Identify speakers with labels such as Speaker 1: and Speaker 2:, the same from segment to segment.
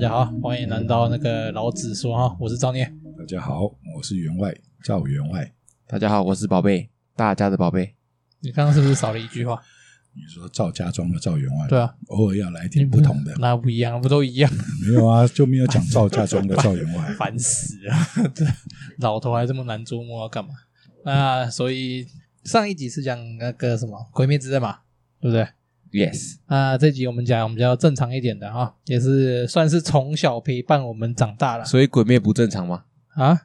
Speaker 1: 家好，欢迎来到那个老子说哈，我是张念。
Speaker 2: 大家好，我是员外赵员外。
Speaker 3: 大家好，我是宝贝，大家的宝贝。
Speaker 1: 你刚刚是不是少了一句话？
Speaker 2: 你说赵家庄的赵员外，
Speaker 1: 对啊，
Speaker 2: 偶尔要来点不同的。
Speaker 1: 那不一样，不都一样？。
Speaker 2: 没有啊，就没有讲赵家庄的赵员外
Speaker 1: 烦死了！ 这老头还这么难捉摸，要干嘛？那所以上一集是讲那个什么《鬼灭之刃》嘛，对不对？
Speaker 3: Yes，
Speaker 1: 那这集我们讲比较正常一点的哈，也是算是从小陪伴我们长大了
Speaker 3: 所以鬼灭不正常吗？
Speaker 1: 啊。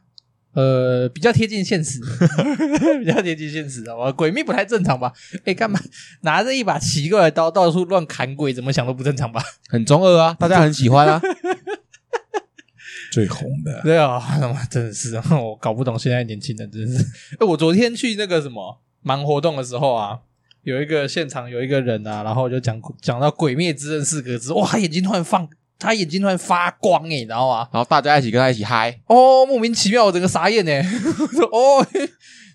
Speaker 1: 呃，比较贴近现实， 比较贴近现实啊！我鬼灭不太正常吧？哎，干嘛拿着一把奇怪的刀到处乱砍鬼？怎么想都不正 常吧？
Speaker 3: 很中二啊，大家很喜 欢啊。
Speaker 2: 最红的
Speaker 1: 对啊，他妈真的是， 我搞不懂现在年轻人真的是。哎，我昨天去那个什么忙活动的时候啊，有一个现场有一个人啊，然后就讲讲到“鬼灭之刃”四个字，哇，他眼睛突然放，他眼睛突然发光哎、你知道吗？
Speaker 3: 然后大家一起跟他一起嗨，
Speaker 1: 哦，莫名其妙，我整个傻眼哎、我说 哦，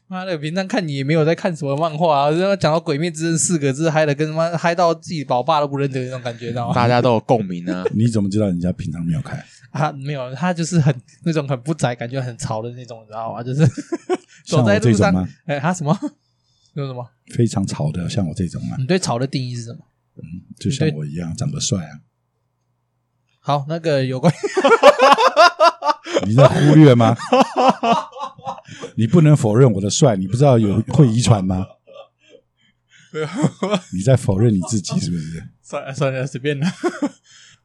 Speaker 1: 妈的，平常看你也没有在看什么漫画啊，然后讲到“鬼灭之刃”四个字，嗨的跟他妈嗨到自己老爸都不认得那种感觉，你知道
Speaker 2: 嗯
Speaker 1: 吗？
Speaker 3: 大家都有共鸣啊。
Speaker 2: 你怎么知道人家平常没有看？
Speaker 1: 他啊没有，他就是很那种很不宅，感觉很潮的那种，你知道吗？就是走
Speaker 2: 像
Speaker 1: 在
Speaker 2: 我
Speaker 1: 路
Speaker 2: 这
Speaker 1: 上
Speaker 2: 种，吗？
Speaker 1: 哎、他什么？ 说什么？
Speaker 2: 非常潮的，像我这种啊，
Speaker 1: 你对潮的定义是什么？
Speaker 2: 就像
Speaker 1: 对
Speaker 2: 我一样长得帅啊。
Speaker 1: 好，那个有关，
Speaker 2: 你在忽略吗？ 你不能否认我的帅，你不知道有会遗传吗？你在否认你自己是不是？
Speaker 1: 算了算了，随便了。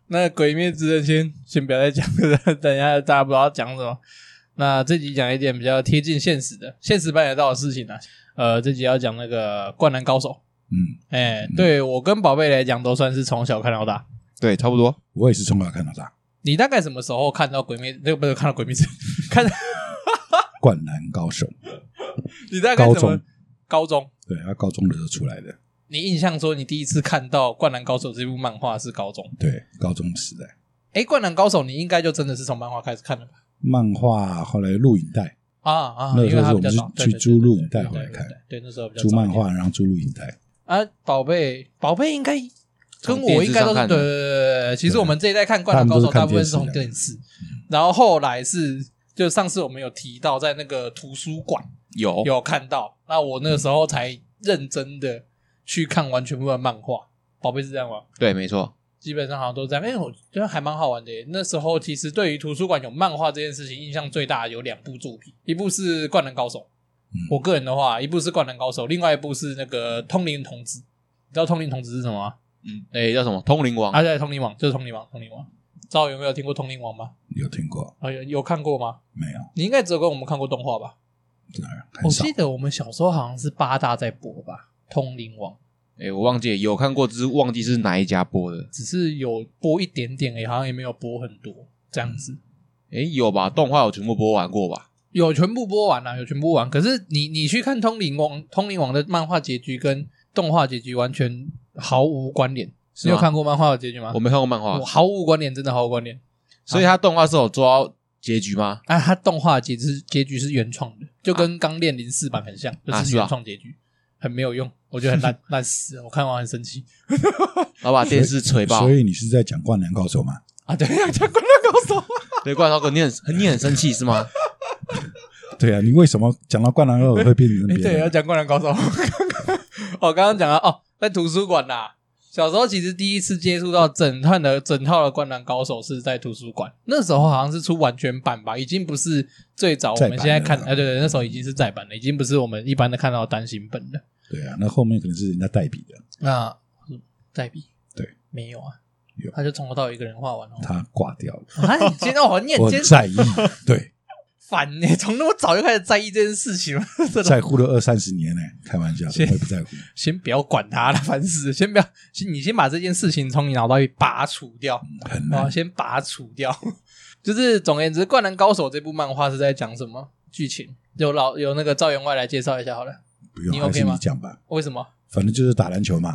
Speaker 1: 那《鬼灭之刃》先先不要再讲了， 等一下大家不知道讲什么。那这集讲一点比较贴近现实的，现实办得到的事情呢、呃，这集要讲那个《灌篮高手》
Speaker 2: 嗯，
Speaker 1: 哎、对我跟宝贝来讲，都算是从小看到大。
Speaker 3: 对，差不多。
Speaker 2: 我也是从小看到大，《
Speaker 1: 你大概什么时候看到《鬼灭》？那个不是看到《鬼灭之刃》， 看
Speaker 2: 灌篮高手》
Speaker 1: 你大概
Speaker 2: 高
Speaker 1: 怎么
Speaker 2: 中
Speaker 1: 高中？
Speaker 2: 对，他高中的时候出来的，
Speaker 1: 你印象说你第一次看到《灌篮高手》这部漫画是高中？
Speaker 2: 对，高中时代。
Speaker 1: 诶，《灌篮高手》你应该就真的是从漫画开始看的吧？
Speaker 2: 漫画，后来录影带，
Speaker 1: 啊啊，
Speaker 2: 那
Speaker 1: 因
Speaker 2: 个
Speaker 1: 为
Speaker 2: 时候
Speaker 1: 它
Speaker 2: 是
Speaker 1: 比较
Speaker 2: 我们
Speaker 1: 早
Speaker 2: 去
Speaker 1: 对对
Speaker 2: 去
Speaker 1: 对
Speaker 2: 租录
Speaker 1: 对
Speaker 2: 影带
Speaker 1: 对
Speaker 2: 回来
Speaker 1: 对
Speaker 2: 看
Speaker 1: 对对，那时候比较
Speaker 2: 租
Speaker 1: 早一
Speaker 2: 漫
Speaker 1: 点
Speaker 2: 画，然后租录影带。
Speaker 1: 啊。宝贝，宝贝应该跟
Speaker 3: 从
Speaker 1: 我应该都是对
Speaker 3: 电视上看
Speaker 1: 对
Speaker 3: 的
Speaker 1: 对对。其实我们这一代看《灌篮高手》，大
Speaker 2: 他们
Speaker 1: 部
Speaker 2: 都
Speaker 1: 分
Speaker 2: 是
Speaker 1: 是从
Speaker 2: 看
Speaker 1: 电
Speaker 2: 电嗯
Speaker 1: 视，然后后来是就上次我们有提到，在那个图书馆
Speaker 3: 有
Speaker 1: 有看到，那我那个时候才认真的去看完全部的漫画。宝贝是这样吗？
Speaker 3: 对，没错。
Speaker 1: 基本上好像都这样。哎、我觉得还蛮好玩的耶。那时候其实对于图书馆有漫画这件事情，印象最大的有两部作品，一部是《灌篮高手》
Speaker 2: 嗯
Speaker 1: 我个人的话，一部是《灌篮高手》，另外一部是那个《通灵童子》。你知道《通灵童子》是什么吗？
Speaker 3: 嗯，哎，叫什么？通灵王
Speaker 1: 啊，对，《通灵王》就是《通灵王》，《通灵王》。知道有没有听过《通灵王》吗？
Speaker 2: 有听过
Speaker 1: 啊，有有看过吗？
Speaker 2: 没有？
Speaker 1: 你应该只有跟我们看过动画吧？
Speaker 2: 哪儿
Speaker 1: 我
Speaker 2: 很少
Speaker 1: 记。得我们小时候好像是八大在播吧，《通灵王》
Speaker 3: 哎，我忘记了有看过，只是忘记是哪一家播的。
Speaker 1: 只是有播一点点而已，好像也没有播很多这样子。
Speaker 3: 哎，有吧？动画有全部播完过吧？
Speaker 1: 有全部播完了、有全部播完。可是你你去看《通灵王》《通灵王》的漫画结局跟动画结局完全毫无关联。
Speaker 3: 是
Speaker 1: 你
Speaker 3: 吗
Speaker 1: 有看过漫画的结局吗？
Speaker 3: 我没看过漫画
Speaker 1: 我，毫无关联，真的毫无关联。
Speaker 3: 所以他动画是有抓到结局吗？
Speaker 1: 啊，它动画结局结局是原创的，就跟《钢炼零四版》很像，就
Speaker 3: 啊
Speaker 1: 是
Speaker 3: 是啊
Speaker 1: 原创结局，很没有用，我觉得很 烂烂死了，我看完很生气
Speaker 3: 然后把电视锤爆
Speaker 2: 所。以你是在讲《灌篮高手》吗？
Speaker 1: 啊！对 啊，讲灌篮高手，
Speaker 3: 对，怪老哥，你很你很生气是 吗？
Speaker 2: 对啊，你为什么讲到《灌篮高手》会变成
Speaker 1: 哎，
Speaker 2: 别
Speaker 1: 对，要
Speaker 2: 人？
Speaker 1: 讲灌篮 高手。我刚刚讲了哦，在图书馆啦。小时候其实第一次接触到整套的整套的《灌篮高手》是在图书馆，那时候好像是出完全版吧，已经不是最早我们现在看，
Speaker 2: 再版
Speaker 1: 哎、
Speaker 2: 了
Speaker 1: 对对，那时候已经是再版了，已经不是我们一般的看到的单行本了。
Speaker 2: 对啊，那后面可能是人家代笔的，
Speaker 1: 那代笔
Speaker 2: 嗯对
Speaker 1: 没有啊
Speaker 2: 有，
Speaker 1: 他就从头到尾一个人画完哦。
Speaker 2: 他挂掉了。
Speaker 1: 啊，你今天我念
Speaker 2: 我
Speaker 1: 今天
Speaker 2: 很在意，对，
Speaker 1: 烦呢、从那么早就开始在意这件事情了，真的
Speaker 2: 在乎了二三十年呢，开玩笑，怎么会不在乎？
Speaker 1: 先不要管他了，烦死了！ 先不要，先你先把这件事情从你脑袋里拔除掉，
Speaker 2: 很
Speaker 1: 我
Speaker 2: 难
Speaker 1: 要。先拔除掉。 就是总而言之，《灌篮高手》这部漫画是在讲什么剧情？有老有那个赵员外来介绍一下好了。
Speaker 2: 不
Speaker 1: 你
Speaker 2: 用，还
Speaker 1: OK
Speaker 2: 是
Speaker 1: 吗
Speaker 2: 你讲吧。
Speaker 1: 为什么？
Speaker 2: 反正就是打篮球嘛，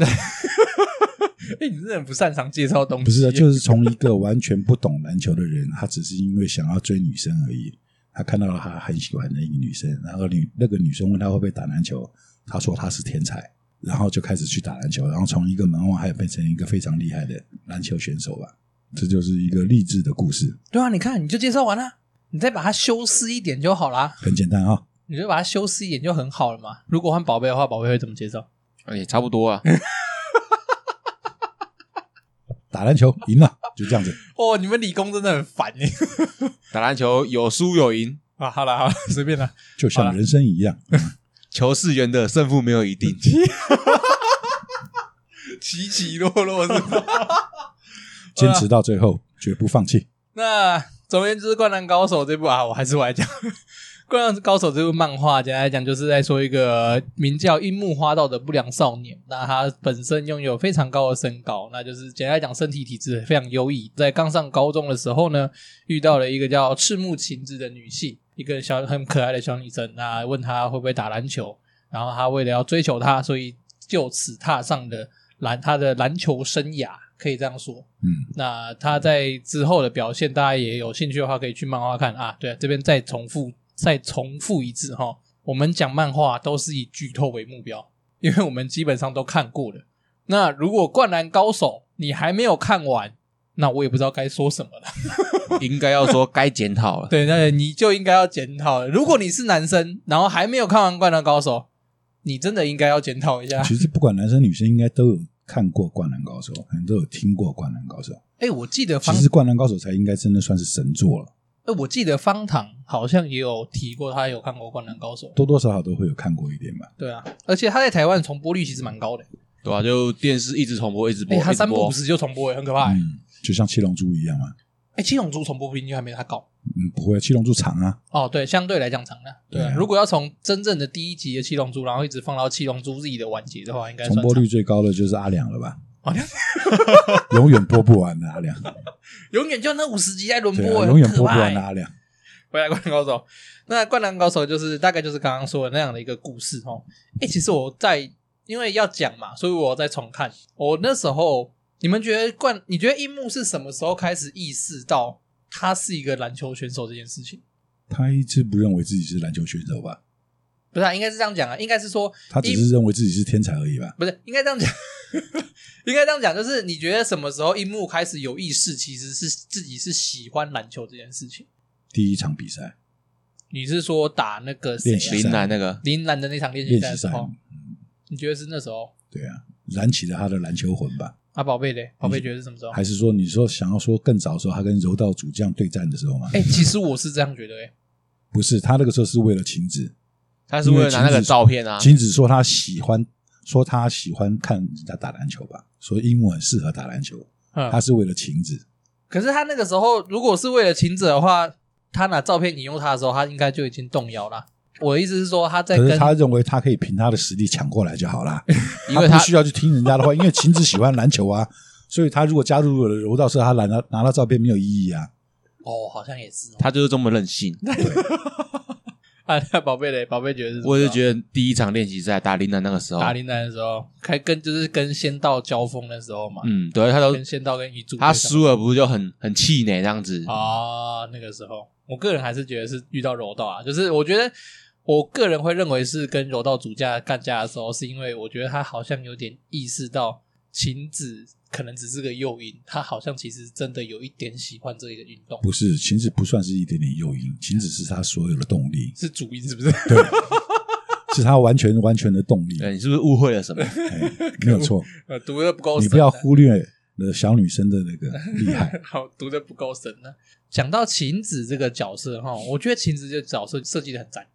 Speaker 1: 哎、你真的很不擅长介绍东西。
Speaker 2: 不是啊，就是从一个完全不懂篮球的人，他只是因为想要追女生而已。他看到了他很喜欢的一个女生，然后女那个女生问他会不会打篮球，他说他是天才，然后就开始去打篮球，然后从一个门外汉变成一个非常厉害的篮球选手吧。这就是一个励志的故事，
Speaker 1: 对啊，你看你就介绍完了，你再把它修饰一点就好啦，
Speaker 2: 很简单啊、
Speaker 1: 你就把它修饰一点就很好了嘛。如果换宝贝的话，宝贝会怎么介绍？
Speaker 3: 也差不多啊。
Speaker 2: 打篮球赢了就这样子。
Speaker 1: 哦，你们理工真的很烦欸耶！
Speaker 3: 打篮球有输有赢，
Speaker 1: 啊，好了好了，随便啦。
Speaker 2: 就像人生一样，
Speaker 3: 球是圆的，胜负没有一定。
Speaker 1: 起起落落是吧？
Speaker 2: 坚持到最后，绝不放弃。
Speaker 1: 那总而言之，《灌篮高手》这部啊，我还是我来讲， 《灌篮高手》这部漫画，简单来讲，就是在说一个名叫樱木花道的不良少年。那他本身拥有非常高的身高，那就是简单来讲，身体体质非常优异。在刚上高中的时候呢，遇到了一个叫赤木晴子的女性，一个小很可爱的小女生。那问她会不会打篮球，然后她为了要追求她，所以就此踏上了篮她的篮球生涯，可以这样说。
Speaker 2: 嗯，
Speaker 1: 那他在之后的表现，大家也有兴趣的话，可以去漫画看啊。对啊，这边再重复再重复一次哈，我们讲漫画都是以剧透为目标，因为我们基本上都看过了。那如果《灌篮高手》你还没有看完，那我也不知道该说什么了。
Speaker 3: 应该要说该检讨了。
Speaker 1: 对，那你就应该要检讨了。如果你是男生，然后还没有看完《灌篮高手》，你真的应该要检讨一 下。
Speaker 2: 其实不管男生女生，应该都有看过《灌篮高手》，可能都有听过《灌篮高手》。
Speaker 1: 哎、我记得
Speaker 2: 其
Speaker 1: 方
Speaker 2: 实《灌篮高手》才应该真的算是神作了，
Speaker 1: 哎，我记得方糖好像也有提过，他有看过《灌篮高手》。
Speaker 2: 多多少少都会有看过一点吧。
Speaker 1: 对啊，而且他在台湾重播率其实蛮高的，
Speaker 3: 对啊，就电视一直重播，一直播，
Speaker 1: 哎、
Speaker 2: 哦
Speaker 3: 一
Speaker 1: 他
Speaker 3: 直
Speaker 1: 三不
Speaker 3: 播
Speaker 1: 五。时就重播、欸，很可怕、欸。哎、
Speaker 2: 嗯，就像《七龙珠》一样嘛。
Speaker 1: 七龙珠重播频率还没他高
Speaker 2: 嗯，不会，《七龙珠》长啊，
Speaker 1: 哦，对，相对来讲长的。嗯
Speaker 2: 对啊
Speaker 1: 如果要从真正的第一集的七龙珠，然后一直放到七龙珠 Z 的完结的话，应该算
Speaker 2: 重播
Speaker 1: 长
Speaker 2: 率最高的就是阿良了吧？
Speaker 1: 阿良，
Speaker 2: 永远播不完的 阿良，
Speaker 1: 永远就那五十集在轮播、
Speaker 2: 对
Speaker 1: 欸
Speaker 2: 啊，
Speaker 1: 很
Speaker 2: 永远播
Speaker 1: 可
Speaker 2: 不
Speaker 1: 怕
Speaker 2: 完
Speaker 1: 欸
Speaker 2: 的阿良。
Speaker 1: 回来灌篮高手，那灌篮高手就是大概就是刚刚说的那样的一个故事哦。哎、其实我在因为要讲嘛，所以我在重看。我那时候你们觉得灌，你觉得樱木是什么时候开始意识到他是一个篮球选手这件事情？
Speaker 2: 他一直不认为自己是篮球选手吧？
Speaker 1: 不是、啊，应该是这样讲啊，应该是说
Speaker 2: 他只是认为自己是天才而已吧？
Speaker 1: 不是应该这样讲， 应该这样讲，就是你觉得什么时候樱木开始有意识，其实是自己是喜欢篮球这件事情？
Speaker 2: 第一场比赛
Speaker 1: 你是说打那个谁、
Speaker 2: 练习
Speaker 1: 啊、
Speaker 2: 赛
Speaker 3: 林南那个，
Speaker 1: 林兰的那场练习
Speaker 2: 练
Speaker 1: 赛的
Speaker 2: 习
Speaker 1: 时
Speaker 2: 赛，
Speaker 1: 候，你觉得是那时候？
Speaker 2: 对啊，燃起了他的篮球魂吧？
Speaker 1: 啊，宝贝嘞，宝贝觉得是什么时候？
Speaker 2: 还是说你说想要说更早的时候，他跟柔道主将对战的时候吗？
Speaker 1: 哎、其实我是这样觉得、欸，
Speaker 2: 不是，他那个时候是为了晴子，
Speaker 3: 他是为了拿那个照片啊。
Speaker 2: 晴子说他喜欢，说他喜欢看人家打篮球吧，所以樱木很适合打篮球，
Speaker 3: 啊
Speaker 1: 哎，
Speaker 2: 他
Speaker 1: 嗯，
Speaker 2: 是为了晴子，
Speaker 1: 可是他那个时候如果是为了晴子的话，他拿照片引用他的时候，他应该就已经动摇了。我的意思是说，他在
Speaker 2: 可
Speaker 1: 跟
Speaker 2: 是他认为他可以凭他的实力抢过来就好啦，
Speaker 3: 因为他
Speaker 2: 不需要去听人家的话，因为晴子喜欢篮球啊， 所以他如果加入了柔道社，他拿到拿到照片没有意义 啊，
Speaker 1: 哦，好像也是、哦、
Speaker 3: 他就是这么任性。
Speaker 1: 啊，那宝贝嘞，宝贝觉得是什么时啊候，
Speaker 3: 我就觉得第一场练习赛打林南那个时候，
Speaker 1: 打林南的时候，开跟就是跟仙道交锋的时候嘛，
Speaker 3: 嗯，对，他都
Speaker 1: 跟仙道跟遗珠
Speaker 3: 他
Speaker 1: 对上
Speaker 3: 输了，不是就很很气馁这样子？
Speaker 1: 啊，那个时候，我个人还是觉得是遇到柔道啊，就是我觉得我个人会认为是跟柔道主架干架的时候，是因为我觉得他好像有点意识到晴子可能只是个诱因，他好像其实真的有一点喜欢这个运动，
Speaker 2: 不是晴子不算是一点点诱因，晴子是他所有的动力，
Speaker 1: 是主因是不是？
Speaker 2: 是他完全完全的动力，
Speaker 3: 对，你是不是误会了什么？
Speaker 2: 哎没有 错。
Speaker 1: 呃，读的不够深啊，
Speaker 2: 你不要忽略了小女生的那个厉 害。
Speaker 1: 好读的不够深呢、讲到晴子这个角色哈，我觉得晴子这个角色设计的很赞。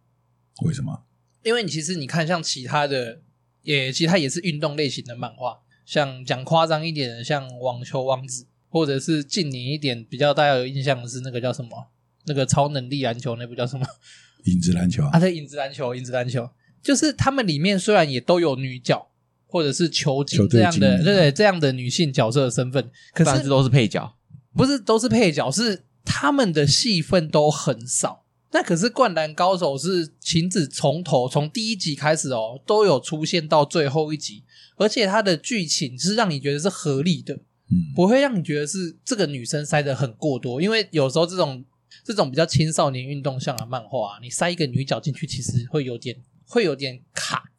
Speaker 2: 为什么？
Speaker 1: 因为你其实你看像其他的，也其他也是运动类型的漫画，像讲夸张一点的，像《网球王子》，或者是近年一点比较大家有印象的是那个叫什么，那个超能力篮球那部叫什么？
Speaker 2: 影子篮球啊
Speaker 1: 啊，，对，影子篮球，影子篮球，就是他们里面虽然也都有女角或者是球
Speaker 2: 球
Speaker 1: 精
Speaker 2: 队
Speaker 1: 这样的，
Speaker 2: 精英
Speaker 1: 对对，这样的女性角色的身份，可
Speaker 3: 但
Speaker 1: 是
Speaker 3: 是都是配角，
Speaker 1: 不是都是配角，是他们的戏份都很少。那可是《灌篮高手》是晴子从头从第一集开始哦，都有出现到最后一集，而且它的剧情是让你觉得是合理的，
Speaker 2: 嗯，
Speaker 1: 不会让你觉得是这个女生塞的很过多。因为有时候这种这种比较青少年运动向的漫画、啊，你塞一个女角进去，其实会有点会有点卡。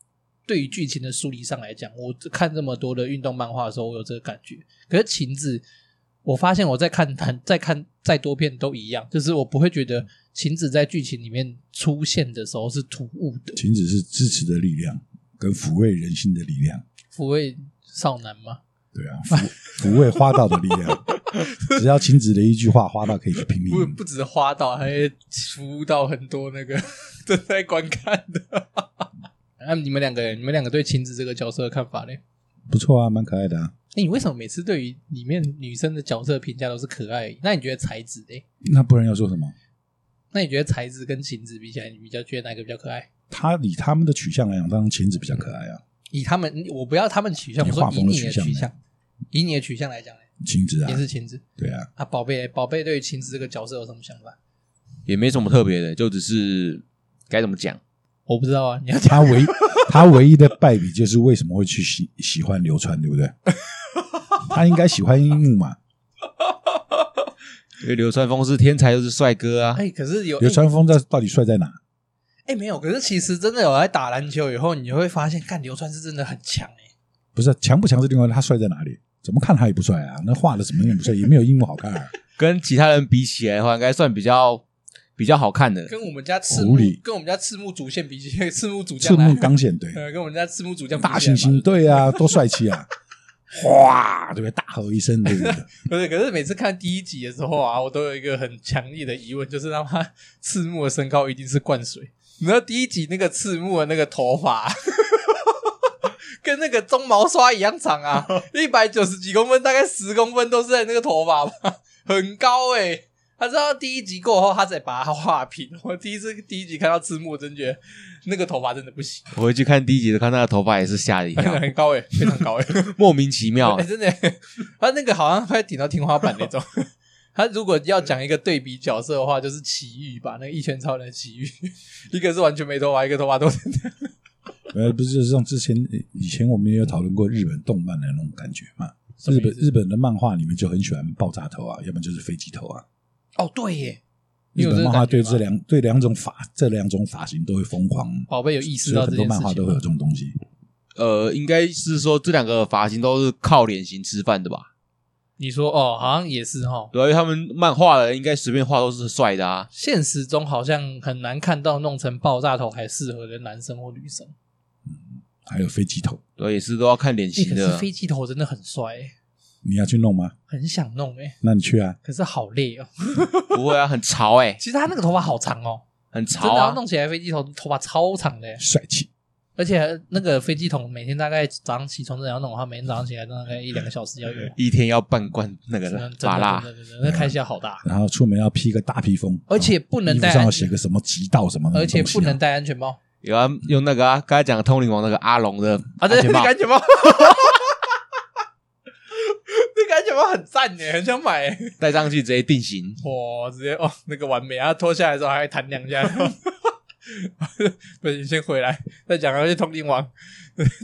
Speaker 1: 对于剧情的梳理上来讲，我看这么多的运动漫画的时候，我有这个感觉。可是晴子，我发现我在看很在看再多片都一样，就是我不会觉得晴子在剧情里面出现的时候是突兀的，
Speaker 2: 情只是支持的力量跟抚慰人心的力量，
Speaker 1: 抚慰少男嘛。
Speaker 2: 对啊，抚 抚慰花道的力 量。只要晴子的一句话，花道可以去拼命
Speaker 1: 不。不止花到，还服务到很多那个 正在观看的。 那、你们两个人，你们两个对晴子这个角色的看法嘞？
Speaker 2: 不错啊，蛮可爱的啊。
Speaker 1: 哎、你为什么每次对于里面女生的角色评价都是可爱而已？那你觉得才子嘞？
Speaker 2: 那不然要说什么？
Speaker 1: 那你觉得才子跟晴子比起来，你比较觉得哪个比较可爱？
Speaker 2: 他以他们的取向来讲，当然晴子比较可爱啊。
Speaker 1: 以他们，我不要他们取向，
Speaker 2: 你
Speaker 1: 我说
Speaker 2: 画
Speaker 1: 以
Speaker 2: 风的
Speaker 1: 你的
Speaker 2: 取向
Speaker 1: 取
Speaker 2: 呢
Speaker 1: 向，以你的取向来讲嘞，
Speaker 2: 晴子啊
Speaker 1: 也，是晴子
Speaker 2: 对啊，
Speaker 1: 啊。宝贝嘞，宝贝对于晴子这个角色有什么想法？
Speaker 3: 也没什么特别的，就只是该怎么讲，
Speaker 1: 我不知道啊，你要讲
Speaker 2: 他唯 他唯一的败笔就是为什么会去喜喜欢流川，对不 对？他应该喜欢樱木嘛？
Speaker 3: 因为流川枫是天才，又是帅哥啊
Speaker 1: 哎、。可是有
Speaker 2: 流川枫在到底帅在哪？
Speaker 1: 哎、没有，可是其实真的有来打篮球以后，你就会发现，干流川是真的很强哎、
Speaker 2: 不是啊强不强是另外，他帅在哪里？怎么看他也不帅啊！那画的怎么也不帅，也没有樱木好看、啊。
Speaker 3: 跟其他人比起来的话，应该算比较比较好看的。
Speaker 1: 跟我们家赤
Speaker 2: 狐
Speaker 1: 木
Speaker 2: 狸，
Speaker 1: 跟我们家赤木主 线比起 来，赤木主
Speaker 2: 赤
Speaker 1: 将来
Speaker 2: 木，刚宪对，
Speaker 1: 呃，跟我们家赤木主将
Speaker 2: 大
Speaker 1: 猩
Speaker 2: 猩猩，对啊，多帅气啊！ 哗，对不对？大吼一声，对不对？
Speaker 1: 不是，可是每次看第一集的时候啊，我都有一个很强烈的疑问，就是他妈赤木的身高一定是灌水。你知道第一集那个赤木的那个头发， 跟那个鬃毛刷一样长啊，一百九十几公分，大概十公分都是在那个头发吧，很高哎、他知道第一集过后，他才把它画平。我第一次第一集看到赤木，我真觉得那个头发真的不 行，
Speaker 3: 我回去看第一集的，看他的头发也是吓了一跳，
Speaker 1: 很高哎、非常高哎、
Speaker 3: 莫名其妙
Speaker 1: 哎、。真的 耶，他那个好像快顶到天花板那种。 他如果要讲一个对比角色的话，就是奇遇吧，那个一拳超人的奇遇， 一个是完全没头发，一个头发都是那样。
Speaker 2: 呃，不是，就是像之前呃以前我们也有讨论过日本动漫的那种感觉嘛。
Speaker 1: 什么
Speaker 2: 日
Speaker 1: 意思
Speaker 2: 本日本的漫画里面就很喜欢爆炸头啊，要不然就是飞机头啊。
Speaker 1: 哦，对耶，你
Speaker 2: 日
Speaker 1: 有这
Speaker 2: 本
Speaker 1: 个
Speaker 2: 漫画对
Speaker 1: 感觉吗
Speaker 2: 这两对两种发这两种发型都会疯狂，
Speaker 1: 宝贝有意识
Speaker 2: 所以
Speaker 1: 到
Speaker 2: 很
Speaker 1: 这
Speaker 2: 多
Speaker 1: 件
Speaker 2: 漫
Speaker 1: 事
Speaker 2: 画
Speaker 1: 情
Speaker 2: 都会有
Speaker 1: 吗
Speaker 2: 这。种东西。
Speaker 3: 呃，应该是说这两个发型都是靠脸型吃饭的吧？
Speaker 1: 你说哦，好像也是哦。
Speaker 3: 对啊，因为他们漫画的应该随便画都是帅的啊。
Speaker 1: 现实中好像很难看到弄成爆炸头还适合的男生或女生。
Speaker 2: 还有飞机头，
Speaker 3: 对，也是都要看脸
Speaker 1: 欸、
Speaker 3: 型
Speaker 1: 可 是
Speaker 3: 的。
Speaker 1: 飞机头真的很帅耶，
Speaker 2: 你要去弄吗？
Speaker 1: 很想弄哎，
Speaker 2: 那你去啊。
Speaker 1: 可是好累哦。
Speaker 3: 不会啊，很潮哎、
Speaker 1: 其实他那个头发好长哦，
Speaker 3: 很
Speaker 1: 真的
Speaker 3: 潮
Speaker 1: 要
Speaker 3: 啊。，
Speaker 1: 弄起来飞机头头发超长的耶。
Speaker 2: 帅气，
Speaker 1: 而且那个飞机桶每天大概早上起床真的要弄的话，每天早上起来大概一两个小时要用
Speaker 3: 一天要半罐那个
Speaker 1: 真的真
Speaker 3: 法
Speaker 1: 的
Speaker 3: 拉，
Speaker 1: 真的真的那开销好大，
Speaker 2: 然后出门要披个大披风，嗯
Speaker 1: 而且不
Speaker 2: 衣
Speaker 1: 能
Speaker 2: 服
Speaker 1: 戴
Speaker 2: 上
Speaker 1: 安
Speaker 2: 要写
Speaker 1: 全，
Speaker 2: 个什么极道什么
Speaker 3: 嗯
Speaker 2: 的
Speaker 1: 而
Speaker 2: 东西啊，
Speaker 1: 且不能戴安全帽
Speaker 3: 有啊，用那个啊，刚才讲的通灵王那个阿龙的
Speaker 1: 啊！对，
Speaker 3: 安全
Speaker 1: 那
Speaker 3: 帽
Speaker 1: 个，安全帽，那个安全帽很赞耶，很想买耶。
Speaker 3: 戴上去直接定型。
Speaker 1: 哇，直接哦，那个完美！然后脱下来的时候还会弹两下。 不行，先回来再讲。然后去通灵王，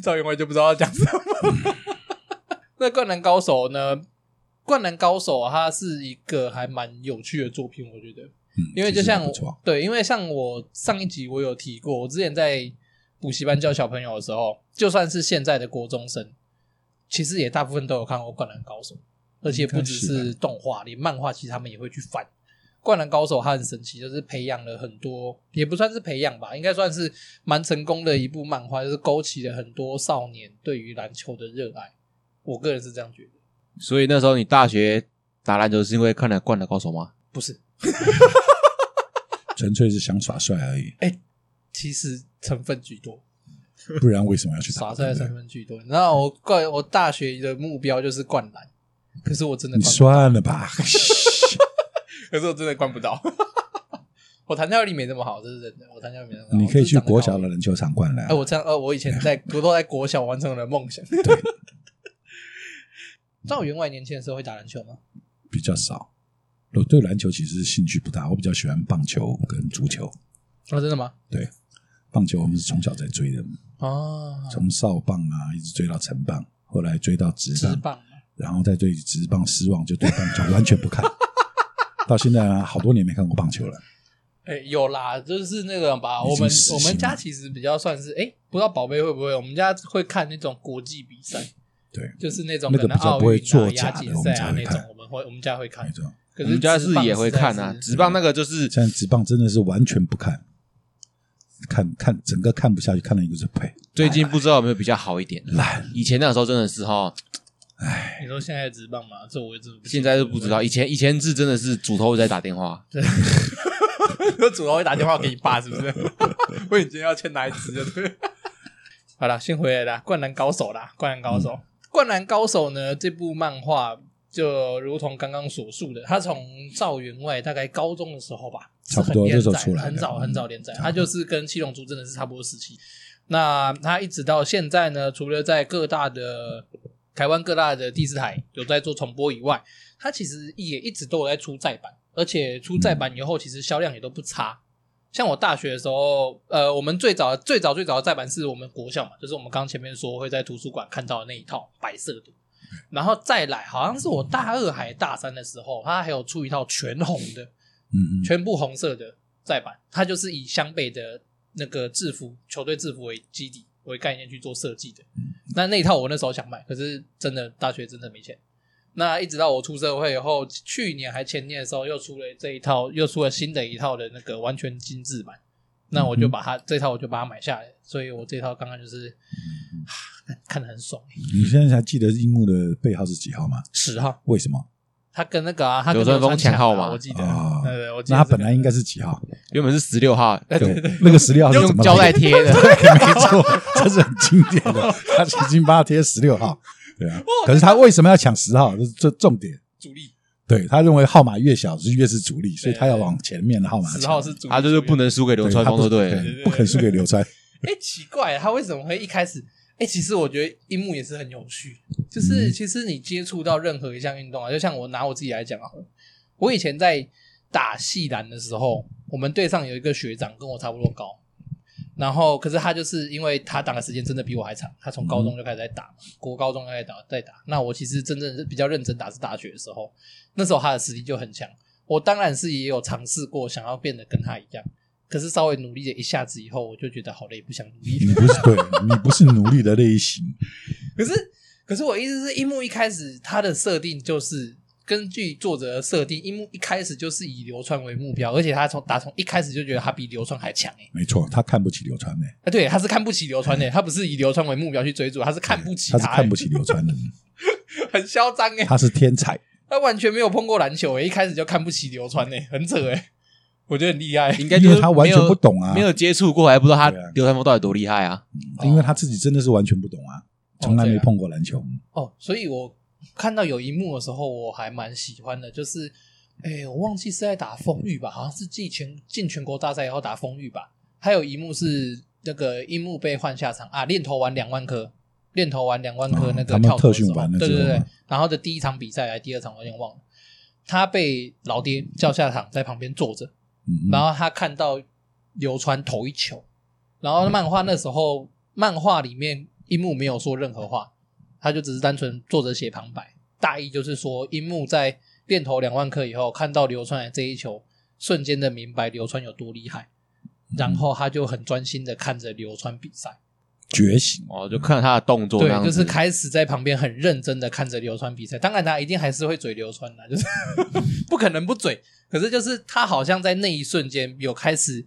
Speaker 1: 赵员外就不知道要讲什么。 那《灌篮高手》呢？《灌篮高手》它是一个还蛮有趣的作品，我觉得，
Speaker 2: 嗯
Speaker 1: 因为
Speaker 2: 其
Speaker 1: 就
Speaker 2: 实
Speaker 1: 像
Speaker 2: 还不错，
Speaker 1: 对，因为像我上一集我有提过，我之前在补习班教小朋友的时候，就算是现在的国中生，其实也大部分都有看过《灌篮高手》，而且不只
Speaker 2: 应该是
Speaker 1: 是动画，连漫画其实他们也会去翻。《灌篮高手》它很神奇，就是培养了很多，也不算是培养吧，应该算是蛮成功的一部漫画，就是勾起了很多少年对于篮球的热爱。我个人是这样觉得，
Speaker 3: 所以那时候你大学打篮球是因为看了《灌篮高手》吗？
Speaker 1: 不是？
Speaker 2: 纯粹是想耍帅而已，
Speaker 1: 其实成分居多，
Speaker 2: 不然为什么要去打
Speaker 1: 耍帅的
Speaker 2: 对不对
Speaker 1: 成分居多。你知道我灌我大学的目标就是灌篮，可是我真的
Speaker 2: 你
Speaker 1: 灌不，
Speaker 2: 算了 吧，
Speaker 1: 可是我真的灌不到。 我弹跳力没那么好，这是真的。我弹跳力没那么好。
Speaker 2: 你可以去国小
Speaker 1: 了。
Speaker 2: 的篮球场灌篮
Speaker 1: 哎、。我这样，呃，我以前在我都在国小完成了我的梦 想。赵员外年轻的时候会打篮球吗？
Speaker 2: 比较少。我对篮球其实兴趣不大，我比较喜欢棒球跟足球。啊
Speaker 1: 哦，真的吗？
Speaker 2: 对，棒球我们是从小在追的，
Speaker 1: 哦，
Speaker 2: 从少棒啊一直追到成棒，后来追到职
Speaker 1: 直
Speaker 2: 棒，
Speaker 1: 棒嘛，
Speaker 2: 然后再对职棒失望，就对棒球 完全不看。到现在啊，好多年没看过棒球了。
Speaker 1: 哎、有啦，就是那个吧。
Speaker 2: 已经
Speaker 1: 我们
Speaker 2: 死心
Speaker 1: 我
Speaker 2: 了
Speaker 1: 们家其实比较算是，哎、不知道宝贝会不会，我们家会看那种国际比赛，
Speaker 2: 对，
Speaker 1: 就是那种
Speaker 2: 那个
Speaker 1: 可能
Speaker 2: 比较
Speaker 1: 奥
Speaker 2: 不会
Speaker 1: 运
Speaker 2: 做
Speaker 1: 啊、亚
Speaker 2: 假的
Speaker 1: 锦
Speaker 2: 我们
Speaker 1: 赛
Speaker 2: 才
Speaker 1: 啊
Speaker 2: 会
Speaker 1: 那种
Speaker 2: 看，
Speaker 1: 我们会我们家会看
Speaker 2: 没，错。
Speaker 1: 可
Speaker 3: 我
Speaker 1: 是
Speaker 3: 们家
Speaker 1: 直
Speaker 3: 是
Speaker 1: 棒
Speaker 3: 也会看
Speaker 1: 实
Speaker 3: 啊
Speaker 1: 在，是
Speaker 3: 直棒那个就是
Speaker 2: 现在直棒真的是完全不看，看看整个看不下去，看了一个是呸，
Speaker 3: 最近不知道有没有比较好一点。
Speaker 1: 哎
Speaker 2: 烂，
Speaker 3: 以前那时候真的是哈，
Speaker 1: 你说现在的直棒嘛，这我也真的不
Speaker 3: 现在是不知道。以前以前是真的是主头在打电话，
Speaker 1: 有主头会打电话给你爸，是不是？ 问你今天要签哪一支就对了。好了，先回来啦，《灌篮高手》啦，《灌篮高手》嗯灌篮高手》呢，这部漫画就如同刚刚所述的，它从赵员外大概高中的时候吧，
Speaker 2: 差不多
Speaker 1: 是很
Speaker 2: 那时
Speaker 1: 连
Speaker 2: 候
Speaker 1: 载
Speaker 2: 出来的
Speaker 1: 很早
Speaker 2: 嗯
Speaker 1: 很早连载，
Speaker 2: 差不多
Speaker 1: 它就是跟《七龙珠》真的是差不多时期。那它一直到现在呢，除了在各大的台湾各大的第四台有在做重播以外，它其实也一直都有在出再版，而且出再版以后，其实销量也都不差。像我大学的时候，呃，我们最早最早最早的再版是我们国校嘛，就是我们刚前面说会在图书馆看到的那一套白色的，然后再来好像是我大二还大三的时候，它还有出一套全红的，
Speaker 2: 嗯嗯，
Speaker 1: 全部红色的再版，它就是以湘北的那个制服球队制服为基底为概念去做设计的。
Speaker 2: 嗯
Speaker 1: 那那一套我那时候想买，可是真的大学真的没钱。那一直到我出社会以后，去年还前年的时候又出了这一套，又出了新的一套的那个完全精致版。那
Speaker 2: 嗯
Speaker 1: 我就把它、这套我就把它买下来，所以我这套刚刚就是、
Speaker 2: 嗯
Speaker 1: 啊看得很爽、
Speaker 2: 你现在还记得樱木的背号是几号吗？
Speaker 1: 十号，
Speaker 2: 为什么？
Speaker 1: 他跟那个啊，他跟
Speaker 3: 流川枫
Speaker 1: 流强
Speaker 3: 抢号
Speaker 1: 啊
Speaker 3: 嘛
Speaker 1: 我记得，
Speaker 2: 哦
Speaker 1: 对对，我记得
Speaker 2: 那他
Speaker 1: 这个
Speaker 2: 本来应该是几号？
Speaker 3: 原本是十六号，
Speaker 2: 对，那个十六号是怎
Speaker 3: 用
Speaker 2: 么
Speaker 3: 胶带
Speaker 2: 贴？
Speaker 3: 贴的，
Speaker 2: 没错，这是很经典的。他已经帮他贴十六号，对啊。可是他为什么要抢十号？这是这重点。
Speaker 1: 主力
Speaker 2: 对他认为号码越小是越是主力，所以他要往前面的号码抢。
Speaker 1: 十号是主力，
Speaker 3: 他就是不能输给流川枫，
Speaker 2: 对他不
Speaker 3: 就对
Speaker 2: 对
Speaker 3: 了。
Speaker 2: 不肯输给流川。
Speaker 1: 哎、奇怪，他为什么会一开始？哎、其实我觉得樱木也是很有趣，就是
Speaker 2: 嗯
Speaker 1: 其实你接触到任何一项运动啊，就像我拿我自己来讲好了，我以前在打细篮的时候，我们队上有一个学长跟我差不多高，然后可是他就是因为他打的时间真的比我还长，他从高中就开始在打嘛，国高中就开始打在打。那我其实真正是比较认真打是大学的时候，那时候他的实力就很强，我当然是也有尝试过想要变得跟他一样。可是稍微努力了一下子以后，我就觉得好累，不想努力了。
Speaker 2: 你不是对，你不是努力的类型。
Speaker 1: 可是，可是我意思是，樱木一开始他的设定就是根据作者的设定，樱木一开始就是以流川为目标，而且他从打从一开始就觉得他比流川还强诶、
Speaker 2: 没错，他看不起流川的，
Speaker 1: 啊，对，他是看不起流川的、他不是以流川为目标去追逐，他是看不起
Speaker 2: 他是
Speaker 1: 欸
Speaker 2: 看不起流川 的，
Speaker 1: 很嚣张欸诶、
Speaker 2: 他是天才。
Speaker 1: 他完全没有碰过篮球欸诶、一开始就看不起流川诶、欸很扯诶、我觉得很厉害、
Speaker 3: 应该
Speaker 2: 因
Speaker 3: 就
Speaker 2: 为
Speaker 3: 是
Speaker 2: 他完全
Speaker 3: 没有
Speaker 2: 不懂啊
Speaker 3: 没有接触过，还不知道他
Speaker 2: 对啊
Speaker 3: 流川枫到底多厉害啊！
Speaker 2: 因为他自己真的是完全不懂啊，从来没碰过篮球。 嗯
Speaker 1: 哦，所以我看到有一幕的时候，我还蛮喜欢的，就是，哎，我忘记是在打风玉吧，好像是进全进全国大赛以后打风玉吧。还有一幕是那个樱木被换下场啊，练头完两万颗，练头完两万颗
Speaker 2: 哦
Speaker 1: 那个
Speaker 2: 他们
Speaker 1: 跳投
Speaker 2: 特
Speaker 1: 的时
Speaker 2: 训
Speaker 1: 候，
Speaker 2: 完了
Speaker 1: 对
Speaker 2: 之
Speaker 1: 对
Speaker 2: 后
Speaker 1: 对
Speaker 2: 嘛，
Speaker 1: 然后的第一场比赛还是第二场我有点忘了，他被老爹叫下场，在旁边坐着，
Speaker 2: 嗯，
Speaker 1: 然后他看到流川投一球，然后漫画那时候漫画里面樱木没有说任何话，他就只是单纯作者写旁白，大意就是说樱木在练投两万克以后，看到流川的这一球，瞬间的明白流川有多厉害，然后他就很专心的看着流川比赛，
Speaker 2: 觉醒，
Speaker 3: 哦，就看他的动作，
Speaker 1: 对
Speaker 3: 那样，
Speaker 1: 就
Speaker 3: 子
Speaker 1: 是开始在旁边很认真的看着流川比赛。当然，他一定还是会嘴流川啦，就是 不可能不嘴。可是就是他好像在那一瞬间有开始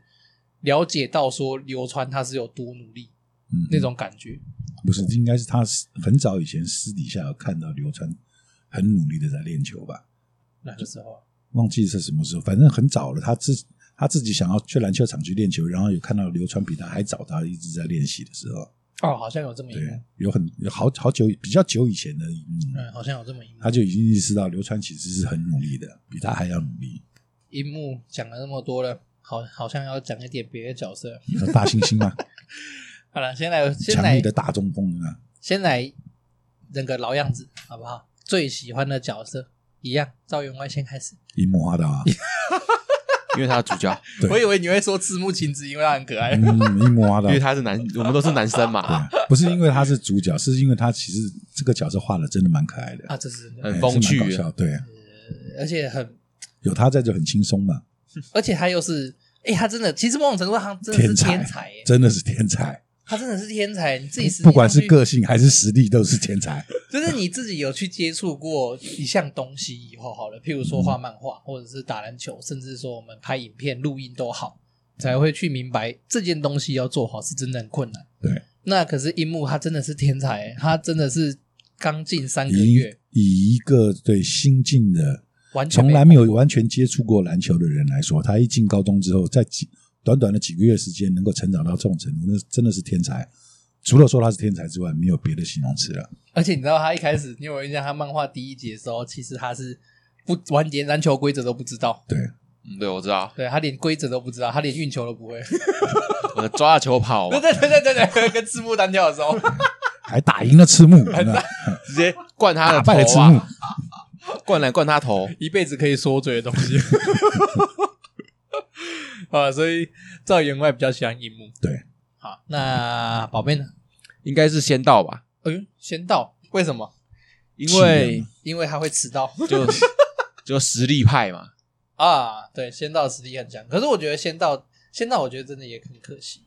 Speaker 1: 了解到说流川他是有多努力
Speaker 2: 嗯
Speaker 1: 那种感觉。
Speaker 2: 不是，应该是他很早以前私底下有看到流川很努力的在练球吧，
Speaker 1: 那个时
Speaker 2: 嗯
Speaker 1: 候，
Speaker 2: 忘记是什么时候，反正很早了，他自他自己想要去篮球场去练球，然后有看到流川比他还早，他一直在练习的时候，
Speaker 1: 哦，好像有这么一幕
Speaker 2: 对，，有很有好好久比较久以前的，嗯，
Speaker 1: 嗯，好像有这么一幕
Speaker 2: 他。就已经意识到流川其实是很努力的，比他还要努力。
Speaker 1: 樱木讲了那么多了，好，好像要讲一点别的角色。
Speaker 2: 你说大猩猩吗？
Speaker 1: 好了，先来， 先
Speaker 2: 强
Speaker 1: 来
Speaker 2: 力的大中锋啊，
Speaker 1: 先来那个老样子，好不好？最喜欢的角色一样，赵员外先开始。
Speaker 2: 樱木花道啊，
Speaker 3: 因为他的 主角，
Speaker 2: 对
Speaker 1: 我以为你会说赤木晴子，因为他很可爱。
Speaker 2: 嗯，樱木 花道
Speaker 3: 因为，他是男，我们都是男生嘛，
Speaker 2: 对不是因为他是主角，是因为他其实这个角色画的真的蛮可爱的，
Speaker 1: 啊，这是真的，
Speaker 3: 很
Speaker 2: 哎
Speaker 3: 风
Speaker 2: 是
Speaker 3: 趣啊
Speaker 2: 蛮搞笑，对，
Speaker 1: 而且很，
Speaker 2: 有他在就很轻松嘛，
Speaker 1: 而且他又是，哎、他真的，其实某种程度上他真的是
Speaker 2: 天才
Speaker 1: 天才耶、
Speaker 2: 真的是天才，
Speaker 1: 他真的是天才，你自己实际
Speaker 2: 不管是
Speaker 1: 上去
Speaker 2: 个性还是实力，都是天才。
Speaker 1: 就是你自己有去接触过一项东西以后，好了，譬如说画漫
Speaker 2: 嗯
Speaker 1: 画，或者是打篮球，甚至说我们拍影片、录音都好，才会去明白这件东西要做好是真的很困难。
Speaker 2: 对，
Speaker 1: 那可是樱木他真的是天才，他真的是刚进三个
Speaker 2: 以
Speaker 1: 月，
Speaker 2: 以一个对新进的
Speaker 1: 完全
Speaker 2: 从
Speaker 1: 没
Speaker 2: 来没有完全接触过篮球的人来说，他一进高中之后，在几短短的几个月时间能够成长到这种程度，那真的是天才。除了说他是天才之外，没有别的形容词了。
Speaker 1: 而且你知道他一开始，你有没有印象他漫画第一集的时候，其实他是不完连篮球规则都不知道，
Speaker 2: 对，
Speaker 3: 嗯，对，我知道，
Speaker 1: 对他连规则都不知道，他连运球都不会。
Speaker 3: 我抓着球跑啊 嘛
Speaker 1: 对，对对对对对，跟赤木单挑的时 候，
Speaker 2: 还打赢了赤木， 那
Speaker 3: 直接灌他的
Speaker 2: 打
Speaker 3: 头
Speaker 2: 败了赤木
Speaker 3: 啊，，灌篮灌他头，
Speaker 1: 一辈子可以说嘴的东西。啊，所以赵员外比较喜欢樱木。
Speaker 2: 对，
Speaker 1: 好，那宝贝呢？
Speaker 3: 应该是先到吧，
Speaker 1: 哎呦，先到，为什么？
Speaker 3: 因为
Speaker 1: 因为他会迟到
Speaker 2: 啊
Speaker 3: 就 就实力派嘛，
Speaker 1: 啊。对，先到实力很强，可是我觉得先到先到，我觉得真的也很可惜，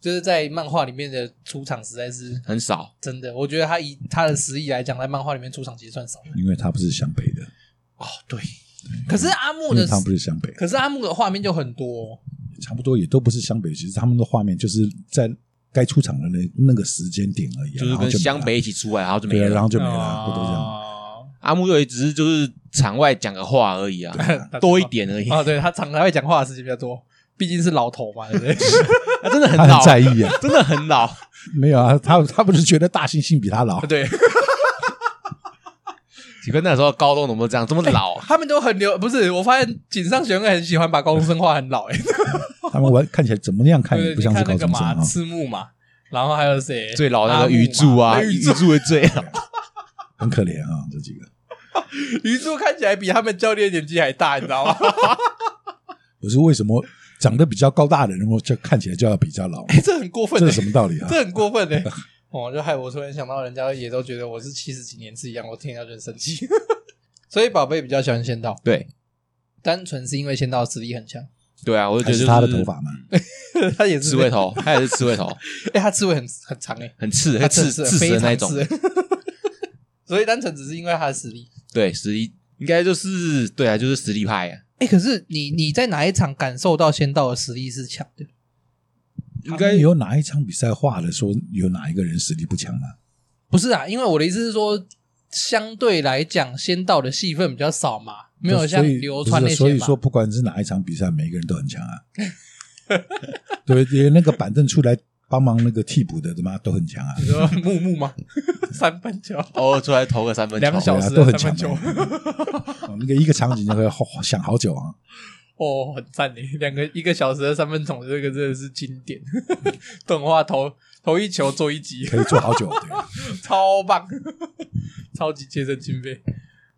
Speaker 1: 就是在漫画里面的出场实在是
Speaker 3: 很少，
Speaker 1: 真的，我觉得他以他的实力来讲，在漫画里面出场其实算少的。
Speaker 2: 因为他不是湘北的，
Speaker 1: 哦，对。可是阿木
Speaker 2: 因
Speaker 1: 的
Speaker 2: 为，他们不是湘北，
Speaker 1: 可是阿木的画面就很多哦、
Speaker 2: 差不多也都不是湘北。其实他们的画面就是在该出场的那那个时间点而已啊，
Speaker 3: 就是
Speaker 2: 然后
Speaker 3: 跟
Speaker 2: 没了
Speaker 3: 湘北一起出来，然后就没
Speaker 2: 对啊，然
Speaker 3: 了。
Speaker 2: 后就没了，不都这样？
Speaker 1: 哦
Speaker 3: 阿木队只是就是场外讲个话而已啊，多一点而已，
Speaker 1: 啊，对他常常会讲话的事情比较多，毕竟是老头嘛，对 不对？
Speaker 3: 他真的很
Speaker 2: 他
Speaker 3: 老
Speaker 2: 很，在意啊，
Speaker 3: 真的很老，
Speaker 2: 没有啊，他他不是觉得大猩猩比他老，
Speaker 1: 对，
Speaker 3: 你跟那时候高中怎么这样这么 老啊？
Speaker 1: 他们都很流，不是？我发现井上雄很喜欢把高中生画很老、欸，
Speaker 2: 他们玩看起来怎么样看
Speaker 1: 对
Speaker 2: 也
Speaker 1: 对
Speaker 2: 不像是
Speaker 1: 你
Speaker 2: 高
Speaker 1: 看那个
Speaker 2: 中生
Speaker 1: 嘛，
Speaker 2: 啊。
Speaker 1: 赤木嘛，然后还有谁？
Speaker 3: 最老那
Speaker 1: 阿
Speaker 3: 个
Speaker 1: 木嘛
Speaker 3: 鱼柱啊，
Speaker 1: 对
Speaker 3: 鱼
Speaker 1: 鱼柱，
Speaker 3: 柱会最老，
Speaker 2: 很可怜啊，这几个。
Speaker 1: 鱼柱看起来比他们教练年纪还大，你知 道吗？
Speaker 2: 我是为什么长得比较高大的人，我就看起来就要比较 老？
Speaker 1: 欸这很过分、欸，
Speaker 2: 这是什么道理啊？
Speaker 1: 这很过分呢、哦，就害我突然想到，人家也都觉得我是七十几年次一样，我听到就很生气。 所以宝贝比较喜欢仙道，
Speaker 3: 对
Speaker 1: 单纯是因为仙道实力很强，
Speaker 3: 对啊，我
Speaker 2: 还
Speaker 3: 就觉得就是
Speaker 2: 他的头发嘛？
Speaker 1: 他也是
Speaker 3: 刺猬，头，他也是刺猬头，
Speaker 1: 哎、他刺猬很很长哎、
Speaker 3: 很刺，
Speaker 1: 他
Speaker 3: 会
Speaker 1: 真
Speaker 3: 刺
Speaker 1: 的是
Speaker 3: 刺死
Speaker 1: 非
Speaker 3: 的
Speaker 1: 常
Speaker 3: 那种欸
Speaker 1: 刺。。 所以单纯只是因为他的实力。
Speaker 3: 对，实力应该就是对啊，就是实力派啊，
Speaker 1: 哎、可是你你在哪一场感受到仙道的实力是强的？
Speaker 2: 应该有哪一场比赛画的说有哪一个人实力不强吗？
Speaker 1: 不是啊，因为我的意思是说，相对来讲，仙道的戏份比较少嘛，没有像
Speaker 2: 所以
Speaker 1: 流川那
Speaker 2: 不
Speaker 1: 些
Speaker 2: 是
Speaker 1: 嘛。
Speaker 2: 所以说，不管是哪一场比赛，每一个人都很强啊。 对，连那个板凳出来帮忙那个替补的，他妈都很强啊
Speaker 1: 你，说木木吗？ 三分球，
Speaker 3: 偶尔出来投个三分球
Speaker 1: 两，小时
Speaker 2: 对啊都很
Speaker 1: 的三分球
Speaker 2: 强，哦那个一个场景就会好想好久啊。
Speaker 1: 哦，很赞诶！两个一个小时的三分球，这个真的是经典 动画投投一球做一集，
Speaker 2: 可以做好久，对，
Speaker 1: 超棒， 超级节省经费。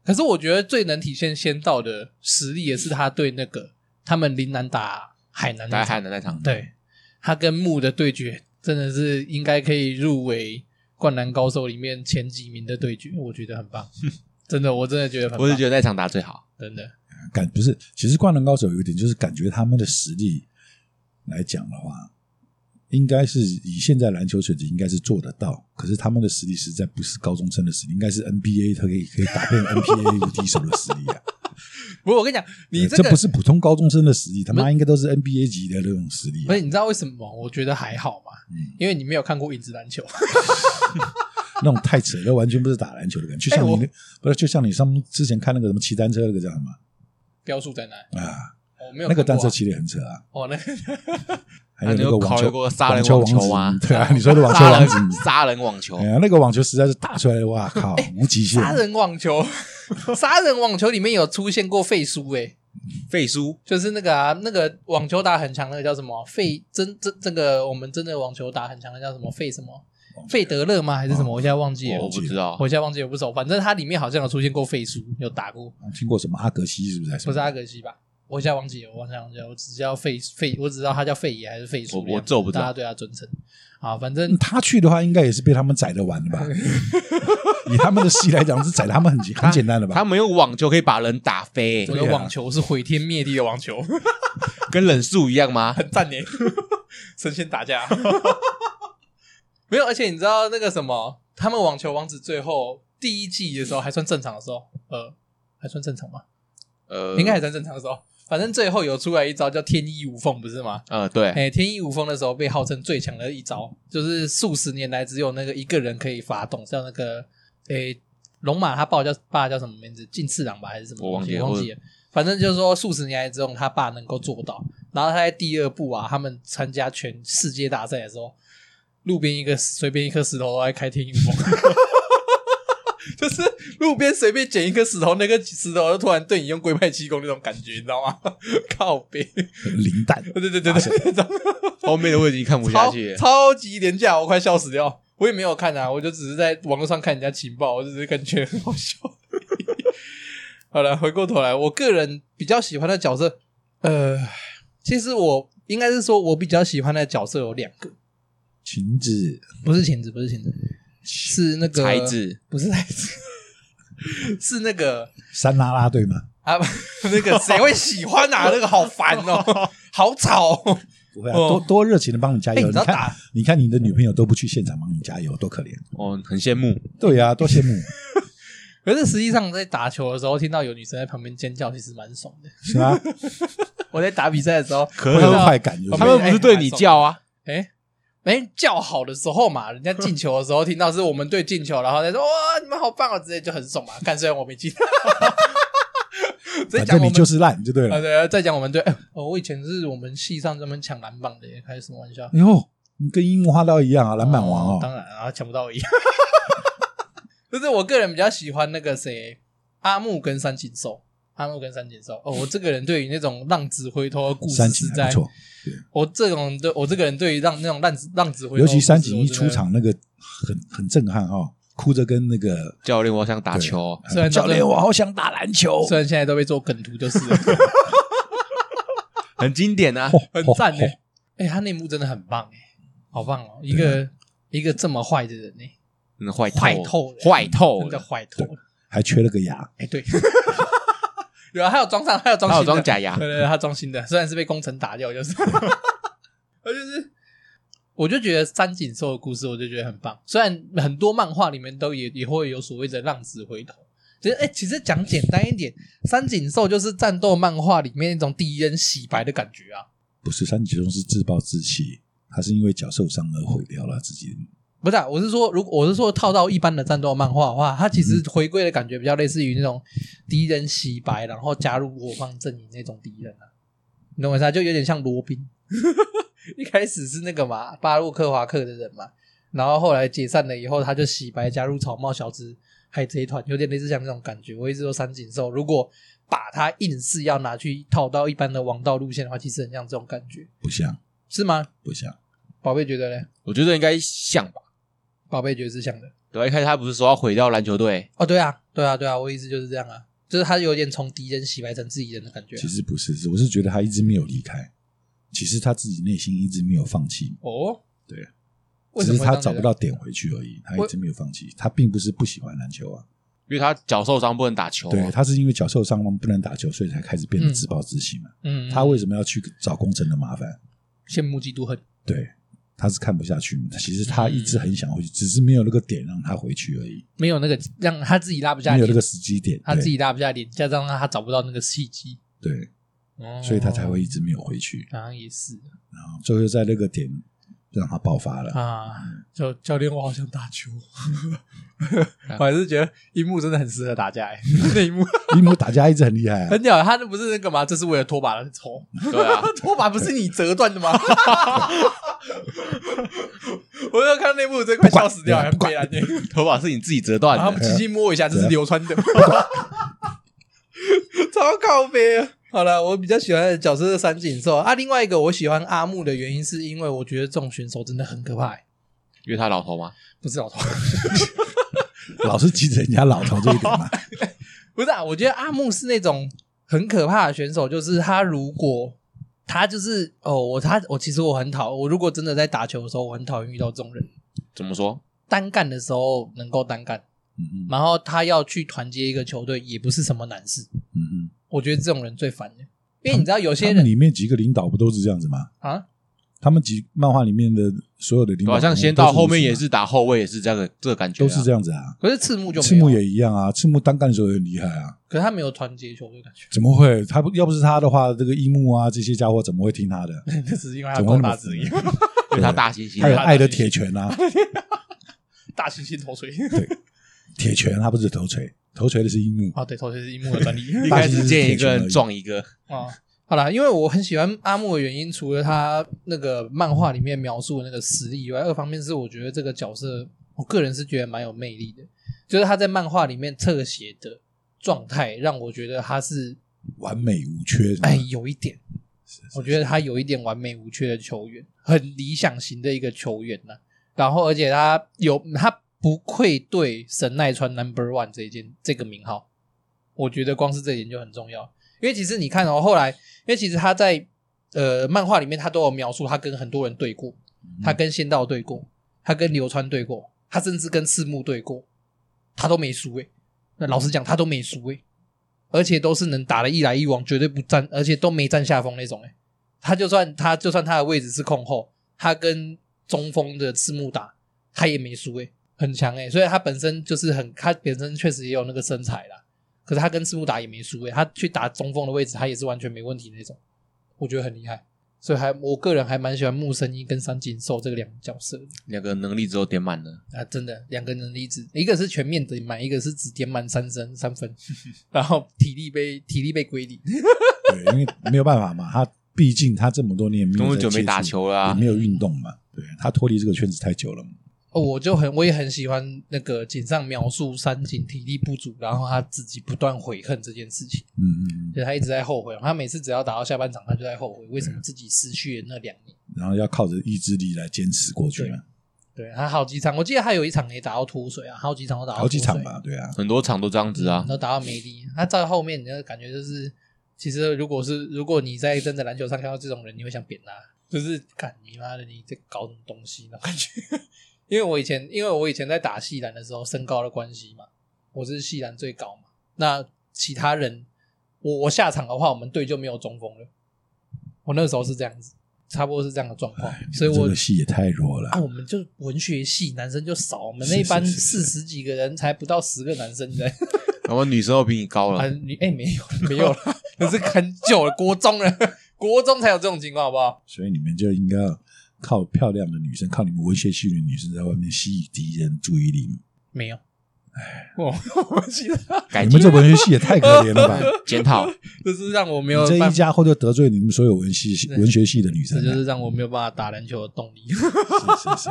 Speaker 1: 可是我觉得最能体现仙道的实力，也是他对那个他们林南打海南
Speaker 3: 大
Speaker 1: 那
Speaker 3: 家
Speaker 1: 场，
Speaker 3: 喊的那场，
Speaker 1: 对他跟木的对决，真的是应该可以入围《灌篮高手》里面前几名的对决，我觉得很棒， 真的，我真的觉得很棒，
Speaker 3: 我是觉得那场打最好，
Speaker 1: 真的，
Speaker 2: 感不是，其实《灌篮高手》有一点就是感觉他们的实力来讲的话，应该是以现在篮球水平应该是做得到，可是他们的实力实在不是高中生的实力，应该是 NBA 可以可以打遍 NBA 无敌手的实力啊！
Speaker 1: 不过我跟你讲，你
Speaker 2: 呃这
Speaker 1: 这个
Speaker 2: 不是普通高中生的实力，他妈应该都是 NBA 级的那种实力
Speaker 1: 不
Speaker 2: 啊、
Speaker 1: 是，你知道为什么？我觉得还好嘛，
Speaker 2: 嗯
Speaker 1: 因为你没有看过《影子篮球》
Speaker 2: 那种太扯了， 完全不是打篮球的感觉。就像你
Speaker 1: 哎
Speaker 2: 那、不是，就像你上之前看那个什么骑单车那个叫什么
Speaker 1: 标注在哪？
Speaker 2: 啊？
Speaker 1: 哦我没有
Speaker 2: 那个单车
Speaker 1: 骑
Speaker 2: 骑得很扯啊，
Speaker 1: 哦，那个
Speaker 2: 还有那个
Speaker 3: 啊你有
Speaker 2: 网
Speaker 3: 考
Speaker 2: 球
Speaker 3: 虑过杀人
Speaker 2: 网
Speaker 3: 网球吗
Speaker 2: 子对啊，你说的网球
Speaker 3: 杀
Speaker 2: 王子。
Speaker 3: 人杀人网球
Speaker 2: 哎，呀，那个网球实在是打出来的，哇靠，无极限！
Speaker 1: 杀人网球， 杀人网球里面有出现过废书诶、
Speaker 3: 废书
Speaker 1: 就是那个啊，那个网球打很强，那个叫什么？啊费真真这个我们真的网球打很强的叫什么？费什么？费德勒吗？还是什么？
Speaker 2: 哦
Speaker 1: 哎我现在忘记了，
Speaker 3: 我不知道
Speaker 1: 我，现在忘记了，不熟。反正它里面好像有出现过废书，有打过，
Speaker 2: 啊听过什么阿格西是不是？
Speaker 1: 不是阿格西吧？我现在忘记了，我忘记了忘记了，我只知道费费，我只知道他叫费爷还是费叔
Speaker 3: 我
Speaker 1: 的样子，
Speaker 3: 我这我不知道
Speaker 1: 大家对他尊称啊，反正
Speaker 2: 嗯他去的话，应该也是被他们宰的完的吧？以他们的戏来讲，是宰得他们很简很简单的吧？
Speaker 3: 他们用网球可以把人打飞，
Speaker 1: 我
Speaker 2: 对
Speaker 1: 的
Speaker 2: 啊
Speaker 1: 网球是毁天灭地的网球，
Speaker 3: 跟忍术一样吗？
Speaker 1: 很赞呢，神仙打架。 没有，而且你知道那个什么，他们网球王子最后第一季的时候还算正常的时候，呃，还算正常吗？
Speaker 3: 呃，
Speaker 1: 应该还算正常的时候，反正最后有出来一招叫天衣无缝，不是吗？
Speaker 3: 呃，对，
Speaker 1: 哎、天衣无缝的时候被号称最强的一招，就是数十年来只有那个一个人可以发动，像那个哎、龙马他爸叫爸叫什么名字？近次郎吧还是什么？
Speaker 3: 我忘记了
Speaker 1: 了，忘记了。反正就是说数十年来只有他爸能够做到。然后他在第二部啊，他们参加全世界大赛的时候，路边一个随便一颗石头都在开天衣无缝。 就是路边随便捡一颗石头，那个石头就突然对你用龟派气功那种感觉，你知道吗？ 靠边，
Speaker 2: 零蛋，
Speaker 1: 对对对对对，这样
Speaker 3: 后面的我已经看不下
Speaker 1: 超
Speaker 3: 去了。
Speaker 1: 超级廉价，我快笑死掉。我也没有看啊，我就只是在网络上看人家情报，我只是感觉很好笑。 好了，回过头来，我个人比较喜欢的角色，呃，其实我应该是说，我比较喜欢的角色有两个，
Speaker 2: 晴子
Speaker 1: 不是晴子，不是晴子，是那个
Speaker 3: 才，子，
Speaker 1: 不是才子， 是那个
Speaker 2: 三拉拉队吗？
Speaker 1: 啊， 不那个谁会喜欢 啊？那个好烦哦，好吵哦、
Speaker 2: 不会啊，
Speaker 1: 哦
Speaker 2: 多多热情的帮你加
Speaker 1: 哎
Speaker 2: 油。
Speaker 1: 你知道
Speaker 2: 看
Speaker 1: 打，
Speaker 2: 你看你的女朋友都不去现场帮你加油，多可怜。
Speaker 3: 哦，很羡慕。
Speaker 2: 对 呀、多羡慕。
Speaker 1: 可是实际上，在打球的时候，听到有女生在旁边尖叫，其实蛮爽的。
Speaker 2: 是啊，
Speaker 1: 我在打比赛的时 候，
Speaker 2: 会
Speaker 1: 我
Speaker 2: 有
Speaker 1: 知道
Speaker 2: 快感就是。
Speaker 3: 他们不是对你叫啊，
Speaker 1: 哎哎叫好的时候嘛，人家进球的时候听到是我们队进球，然后再说哇你们好棒哦，直接就很爽嘛。看虽然我 没进，直接
Speaker 2: 反
Speaker 1: 讲我
Speaker 2: 正你
Speaker 1: 们
Speaker 2: 就是烂就对
Speaker 1: 啊
Speaker 2: 了。
Speaker 1: 对，再讲我们队、哎哦，我以前是我们系上专门抢篮板的耶，开什么玩笑？
Speaker 2: 哎呦，你跟樱木花道一样啊，篮板王
Speaker 1: 当
Speaker 2: 哦。
Speaker 1: 然啊，抢不到而已。 就是我个人比较喜欢那个谁，阿木跟三井寿。阿木跟三井寿，哦，我这个人对于那种浪子回头的故事
Speaker 2: 三
Speaker 1: 是
Speaker 2: 井还
Speaker 1: 在
Speaker 2: 不，错，
Speaker 1: 我这种对我这个人对于让那种浪子浪子回头
Speaker 2: 尤
Speaker 1: 的故事，
Speaker 2: 其三井一出
Speaker 1: 我真的
Speaker 2: 场那个很很震撼哦，哭着跟那个呃
Speaker 3: 教练，我想打球。啊
Speaker 1: 虽然
Speaker 2: 教
Speaker 1: 他
Speaker 2: 练，
Speaker 1: 们
Speaker 2: 我好想打篮球。
Speaker 1: 虽然现在都被做梗图，就是 了
Speaker 3: 很经典啊。
Speaker 1: 很赞呢、欸。哎、他那一幕真的很棒哎、好棒哦！一
Speaker 2: 啊
Speaker 1: 个一个这么坏的人呢、
Speaker 3: 真的嗯坏透
Speaker 1: 坏
Speaker 3: 了，
Speaker 1: 透了
Speaker 3: 坏透
Speaker 1: 真的
Speaker 3: 了，
Speaker 1: 坏透了。
Speaker 2: 还缺了个牙，
Speaker 1: 哎、对， 有啊，还有装上，还有装
Speaker 3: 他
Speaker 1: 新
Speaker 3: 有
Speaker 1: 的，
Speaker 3: 装假牙，
Speaker 1: 对对对，他装新的，虽然是被工程打掉，就是， 我就是，我就觉得三井寿的故事，我就觉得很棒。虽然很多漫画里面都也也会有所谓的浪子回头，其实哎、其实讲简单一点，三井寿就是战斗漫画里面那种第一人洗白的感觉啊。
Speaker 2: 不是三井中是自暴自弃，他是因为脚受伤而毁掉了自己。
Speaker 1: 不是、啊，我是说，如果我是说套到一般的战斗漫画的话，它其实回归的感觉比较类似于那种敌人洗白，然后加入我方阵营那种敌人啊，你懂我意思啊？就有点像罗宾， 一开始是那个嘛巴洛克华克的人嘛，然后后来解散了以后，他就洗白加入草帽小子海贼团，有点类似像那种感觉。我一直说三井寿，如果把他硬是要拿去套到一般的王道路线的话，其实很像这种感觉，
Speaker 2: 不像，
Speaker 1: 是吗？
Speaker 2: 不像，
Speaker 1: 宝贝觉得嘞？
Speaker 3: 我觉得应该像吧。
Speaker 1: 宝贝觉得是像的。
Speaker 3: 对吧，一开始他不是说要毁掉篮球队，
Speaker 1: 哦，对啊，对啊，对啊，我意思就是这样啊，就是他有点从敌人洗白成自己人的感觉啊、
Speaker 2: 其实不是，是我是觉得他一直没有离开，其实他自己内心一直没有放弃，
Speaker 1: 哦，
Speaker 2: 对啊，
Speaker 1: 为
Speaker 2: 只
Speaker 1: 什
Speaker 2: 是
Speaker 1: 么会
Speaker 2: 他
Speaker 1: 这
Speaker 2: 找
Speaker 1: 样
Speaker 2: 不
Speaker 1: 觉得？
Speaker 2: 到点回去而已，他
Speaker 1: 我
Speaker 2: 一直没有放弃，他并不是不喜欢篮球啊，
Speaker 3: 因为他脚受伤不能打球
Speaker 1: 哦
Speaker 3: 啊。
Speaker 2: 对他是因为脚受伤不能打球，所以才开始变得自暴自弃嘛。
Speaker 1: 嗯，
Speaker 2: 他为什么要去找工程的麻烦？
Speaker 1: 羡慕嫉妒恨。
Speaker 2: 对，他是看不下去嘛，其实他一直很想回去，只是没有那个点让他回去而已，
Speaker 1: 没有那个让他自己拉不下
Speaker 2: 没有
Speaker 1: 脸
Speaker 2: 那，个时机点，
Speaker 1: 他自己拉不下脸，加上他找不到那个契机，
Speaker 2: 对，对
Speaker 1: 哦
Speaker 2: 所以他才会一直没有回去，
Speaker 1: 好像也是
Speaker 2: 然后最后在那个点让他爆发了。
Speaker 1: 啊。教教练，我好想打球， 我还是觉得樱木真的很适合打架、欸， 那一幕
Speaker 2: 伊姆打架一直很厉 害、啊，
Speaker 1: 很屌。他那不是那个吗？这是为了拖把而抽，
Speaker 3: 对 啊，
Speaker 1: 拖把不是你折断的吗？ 我要看到那幕，真快笑死掉，很
Speaker 2: 不
Speaker 1: 悲
Speaker 2: 管
Speaker 1: 然呢。
Speaker 3: 头发是你自己折断
Speaker 1: 然后
Speaker 3: 的，
Speaker 1: 轻轻摸一下，这是流川
Speaker 2: 啊
Speaker 1: 的，超靠背啊！好了，我比较喜欢的角色是三井寿啊。另外一个我喜欢阿木的原因，是因为我觉得这种选手真的很可怕、欸
Speaker 3: 因为他老头嘛。
Speaker 1: 不是老头，
Speaker 2: 老是记着人家老头这一点嘛。
Speaker 1: 不是啊。我觉得阿木是那种很可怕的选手，就是他如果他就是哦，我他我其实我很讨，我如果真的在打球的时候，我很讨厌遇到这种人。
Speaker 3: 怎么说？
Speaker 1: 单干的时候能够单干，
Speaker 2: 嗯哼
Speaker 1: 然后他要去团结一个球队，也不是什么难事。
Speaker 2: 嗯哼，
Speaker 1: 我觉得这种人最烦的，因为你知道有些
Speaker 2: 他们
Speaker 1: 人
Speaker 2: 里面几个领导不都是这样子吗？
Speaker 1: 啊，
Speaker 2: 他们几漫画里面的所有的领导
Speaker 3: 好
Speaker 2: 人物都
Speaker 3: 像
Speaker 2: 是
Speaker 3: 先到后面
Speaker 2: 如此
Speaker 3: 也
Speaker 2: 嘛
Speaker 3: 是打后卫，也是这样的这个感觉、
Speaker 2: 都是这。样子啊。
Speaker 1: 可是赤木就
Speaker 2: 赤
Speaker 1: 没有
Speaker 2: 木，也一样啊，赤木单干的时候也很厉害啊，
Speaker 1: 可是他没有团结球队感觉，
Speaker 2: 怎么会？他不要不是他的话，这个樱木啊这些家伙怎么会听他的？
Speaker 1: 那只是因为他
Speaker 2: 怎么会
Speaker 1: 高
Speaker 2: 那么
Speaker 1: 大
Speaker 2: 疯
Speaker 1: 之 一，
Speaker 3: 因为他大猩猩啊
Speaker 2: 还有爱的铁拳啊，
Speaker 1: 大猩猩头锤。
Speaker 2: 铁拳他不是头锤，头锤的是樱木。
Speaker 1: 啊，对，头锤是樱木的 专利
Speaker 3: 一
Speaker 2: 大
Speaker 3: 开
Speaker 2: 猩猩
Speaker 3: 始
Speaker 2: 是
Speaker 3: 见一
Speaker 2: 铁拳
Speaker 3: 个
Speaker 2: 而
Speaker 3: 人
Speaker 2: 已
Speaker 3: 撞一个，
Speaker 1: 啊。好啦，因为我很喜欢阿木的原因，除了他那个漫画里面描述的那个实力以外，二方面是我觉得这个角色，我个人是觉得蛮有魅力的，就是他在漫画里面特写的状态，让我觉得他是
Speaker 2: 完美无缺。
Speaker 1: 哎有一点，我觉得他有一点完美无缺的球员，很理想型的一个球员呐、然后而且他有他不愧对神奈川 Number One 这一件这个名号，我觉得光是这一点就很重要。因为其实你看哦，后来因为其实他在呃漫画里面他都有描述他跟很多人对过，他
Speaker 2: 嗯
Speaker 1: 跟仙道对过，他跟流川对过，他甚至跟赤木对过，他都没输诶、欸那老实讲，他都没输诶、而且都是能打的一来一往，绝对不占，而且都没占下风那种诶、欸他就算他就算他的位置是控后，他跟中锋的赤木打，他也没输诶、欸很强诶、所以他本身就是很，他本身确实也有那个身材啦。可是他跟赤木打也没输诶、他去打中锋的位置，他也是完全没问题那种，我觉得很厉害。所以还我个人还蛮喜欢木神一跟三井寿这个两个角色的
Speaker 3: 两个能力只有点满了。
Speaker 1: 啊，真的两个能力值，一个是全面点满，一个是只点满三分三 分，然后体力被体力被归零，
Speaker 2: 对，因为没有办法嘛，他毕竟他这么多年没有
Speaker 3: 多
Speaker 2: 在
Speaker 3: 久没
Speaker 2: 接触
Speaker 3: 打球了啊
Speaker 2: 也没有运动嘛，对他脱离这个圈子太久了嘛。
Speaker 1: 哦，我就很我也很喜欢那个井上描述三井体力不足，然后他自己不断悔恨这件事情，
Speaker 2: 嗯嗯嗯，
Speaker 1: 就是他一直在后悔，他每次只要打到下半场，他就在后悔为什么自己失去了那两年。
Speaker 2: 然后要靠着意志力来坚持过去嘛，
Speaker 1: 对他好几场，我记得他有一场也打到脱水啊，好几场都打到
Speaker 2: 好几
Speaker 1: 脱
Speaker 2: 场
Speaker 1: 水
Speaker 2: 吧，对啊，
Speaker 3: 很多场都这样子啊
Speaker 1: 然，后打到没力。他到后面，你就感觉就是，其实如果是如果你在真的篮球上看到这种人，你会想扁他，就是干你妈的，你在搞什么东西那种感觉。 因为我以前，因为我以前在打细篮的时候，身高的关系嘛，我是细篮最高嘛。那其他人，我我下场的话，我们队就没有中锋了。我那时候是这样子，差不多是这样的状况， 所以
Speaker 2: 这
Speaker 1: 我
Speaker 2: 个戏也太弱了
Speaker 1: 啊，。我们就文学系男生就少，我们
Speaker 2: 是
Speaker 1: 那一
Speaker 2: 是
Speaker 1: 班
Speaker 2: 是是
Speaker 1: 四十几个人，才不到十个男生在。
Speaker 3: 然后女生又比你高
Speaker 1: 啊，
Speaker 3: 了，
Speaker 1: 你哎、没有没 有了，可是很久了，国中了，国中才有这种情况，好不好？
Speaker 2: 所以你们就应该要靠漂亮的女生，靠你们文学系的女生在外面吸引敌人注意力。
Speaker 1: 没有， 我 我记得
Speaker 3: 改
Speaker 2: 你们
Speaker 3: 进
Speaker 2: 这文学系也太可怜了吧！
Speaker 3: 检 讨。
Speaker 1: 这是让 我没
Speaker 2: 你
Speaker 1: 有
Speaker 2: 这
Speaker 1: 办法，
Speaker 2: 一家伙就得罪你们所有文系文学系的女生
Speaker 1: 这
Speaker 2: 了。
Speaker 1: 就是让我没有办法打篮球的动力。
Speaker 2: 是是是，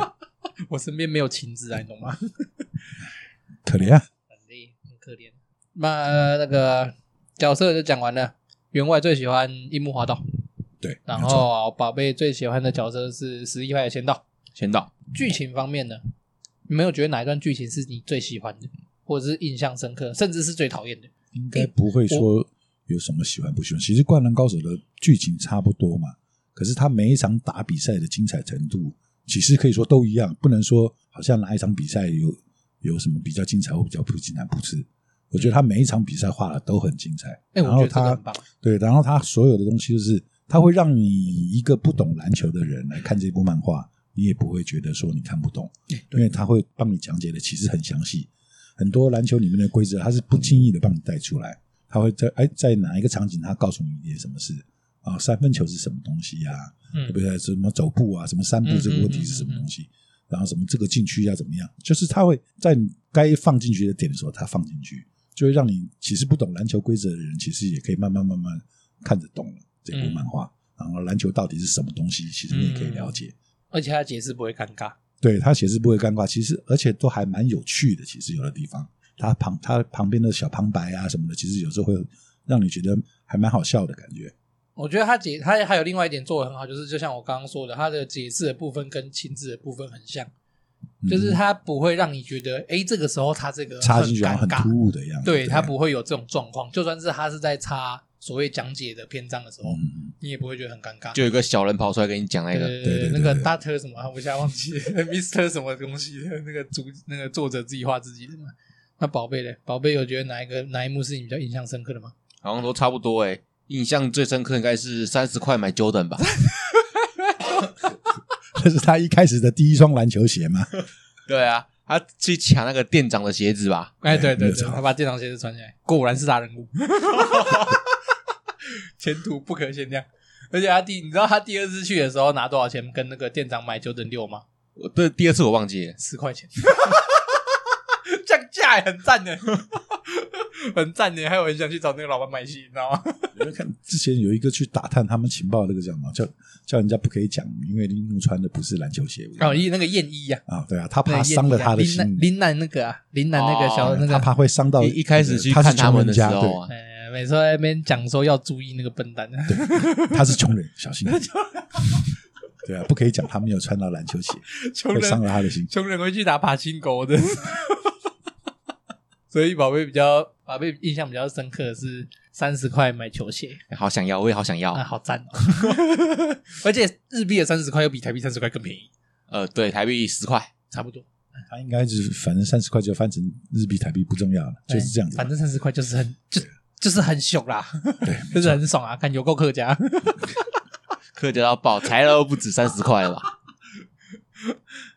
Speaker 1: 我身边没有情资啊，你懂 吗？
Speaker 2: 可怜啊！
Speaker 1: 很累，很可怜。那、呃那个角色就讲完了，员外最喜欢樱木花道，
Speaker 2: 对，
Speaker 1: 然
Speaker 2: 没有错
Speaker 1: 后啊宝贝最喜欢的角色是实力派的仙道。
Speaker 3: 先到
Speaker 1: 剧情方面呢，你没有觉得哪一段剧情是你最喜欢的，或者是印象深刻，甚至是最讨厌的？
Speaker 2: 应该不会说有什么喜欢不喜欢。其实《灌篮高手》的剧情差不多嘛，可是他每一场打比赛的精彩程度，其实可以说都一样，不能说好像哪一场比赛有有什么比较精彩或比较不精彩，不是。我觉得他每一场比赛画的都很精彩，
Speaker 1: 哎、我觉
Speaker 2: 然后
Speaker 1: 得这个
Speaker 2: 他
Speaker 1: 很棒。
Speaker 2: 对，然后他所有的东西就是，他会让你一个不懂篮球的人来看这部漫画，你也不会觉得说你看不懂，因为他会帮你讲解的其实很详细，很多篮球里面的规则，他是不经意的帮你带出来，他会在哎在哪一个场景，他告诉你一些什么事啊，三分球是什么东西呀、
Speaker 1: 嗯
Speaker 2: 对不对？什么走步啊，什么三步这个问题是什么东西，然后什么这个禁区要怎么样，就是他会在你该放进去的点的时候，他放进去，就会让你其实不懂篮球规则的人，其实也可以慢慢慢慢看得懂了这
Speaker 1: 嗯
Speaker 2: 部漫画。然后篮球到底是什么东西，其实你也可以了解。
Speaker 1: 而且他解释不会尴尬。
Speaker 2: 对他写字不会尴尬，其实而且都还蛮有趣的。其实有的地方，他旁他旁边的小旁白啊什么的，其实有时候会让你觉得还蛮好笑的感觉。
Speaker 1: 我觉得他解他还有另外一点做的很好，就是就像我刚刚说的，他的解释的部分跟亲自的部分很像，就是他不会让你觉得，哎、这个时候他这个
Speaker 2: 嗯插进去然
Speaker 1: 很
Speaker 2: 后
Speaker 1: 尴
Speaker 2: 很突
Speaker 1: 尬，
Speaker 2: 兀的样子，哎啊
Speaker 1: 对他不会有这种状况。就算是他是在插所谓讲解的篇章的时候，
Speaker 2: 嗯，
Speaker 1: 你也不会觉得很尴尬。
Speaker 3: 就有一个小人跑出来跟你讲那
Speaker 1: 对
Speaker 3: 个，
Speaker 1: 对
Speaker 2: 对对
Speaker 1: 那
Speaker 2: 对
Speaker 1: 个
Speaker 2: 对
Speaker 1: Doctor 什么，啊我现在忘记了 Mister 什么东西，那个主那个作者自己画自己的嘛。那宝贝嘞，宝贝有觉得哪一个哪一幕是你比较印象深刻的吗？
Speaker 3: 好像都差不欸多哎、印象最深刻应该是三十块买 Jordan 吧，
Speaker 2: 这是他一开始的第一双篮球鞋 嘛？
Speaker 3: 对啊，他去抢那个店长的鞋子吧，
Speaker 1: 哎，对
Speaker 2: 没
Speaker 1: 对
Speaker 2: 有
Speaker 1: 对，
Speaker 2: 错
Speaker 1: 他把电脑鞋子穿起来，果然是大人物， 前途不可限量。而且他第，你知道他第二次去的时候拿多少钱跟那个店长买九等六吗？
Speaker 3: 我对，第二次我忘记了，
Speaker 1: 十块钱， 降价也很赞的， 很赞的，还有很想去找那个老板买戏，你知道吗？
Speaker 2: 你看之前有一个去打探他们情报的那个叫什么，叫叫人家不可以讲，因为铃木穿的不是篮球鞋。
Speaker 1: 哦，一那个燕一呀、啊，
Speaker 2: 啊，对啊，他
Speaker 1: 那
Speaker 2: 怕
Speaker 1: 个燕一
Speaker 2: 伤了他
Speaker 1: 啊
Speaker 2: 的
Speaker 1: 林
Speaker 2: 心
Speaker 1: 南
Speaker 2: 理，
Speaker 1: 林南那个啊，林南那个小、
Speaker 3: 哦
Speaker 1: 那个
Speaker 2: 他怕会伤到
Speaker 3: 一一开始去
Speaker 2: 他是
Speaker 3: 看他
Speaker 2: 穷
Speaker 3: 们
Speaker 2: 人
Speaker 3: 的时
Speaker 2: 家，
Speaker 3: 候啊，
Speaker 1: 呃，每次在那边讲说要注意那个笨蛋，
Speaker 2: 对，他是穷人，小心。 对啊，不可以讲他没有穿到篮球鞋，
Speaker 1: 穷
Speaker 2: 会伤
Speaker 1: 人
Speaker 2: 了他的心。
Speaker 1: 穷人会去打爬行狗的， 所以宝贝比较宝贝印象比较深刻的是三十块买球鞋，
Speaker 3: 哎好想要，我也好想要
Speaker 1: 啊，，好赞哦！ 而且日币的三十块又比台币三十块更便宜，
Speaker 3: 呃，对，台币十块，
Speaker 1: 差不多，
Speaker 2: 他应该就是反正三十块就翻成日币台币不重要了，就是这样子啊
Speaker 1: 哎反
Speaker 2: 吧。
Speaker 1: 正三十块就是很就就是很凶啦，
Speaker 2: 对，
Speaker 1: 就是很爽啊！看有够客家，
Speaker 3: 客家到爆，才都不止三十块了吧？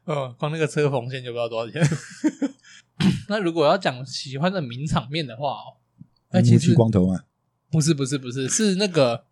Speaker 1: 嗯，光那个车缝线就不知道多少 钱。那如果要讲喜欢的名场面的话哦，那
Speaker 2: 木
Speaker 1: 其
Speaker 2: 剃
Speaker 1: 实
Speaker 2: 光头嘛，
Speaker 1: 不是不是不是是那个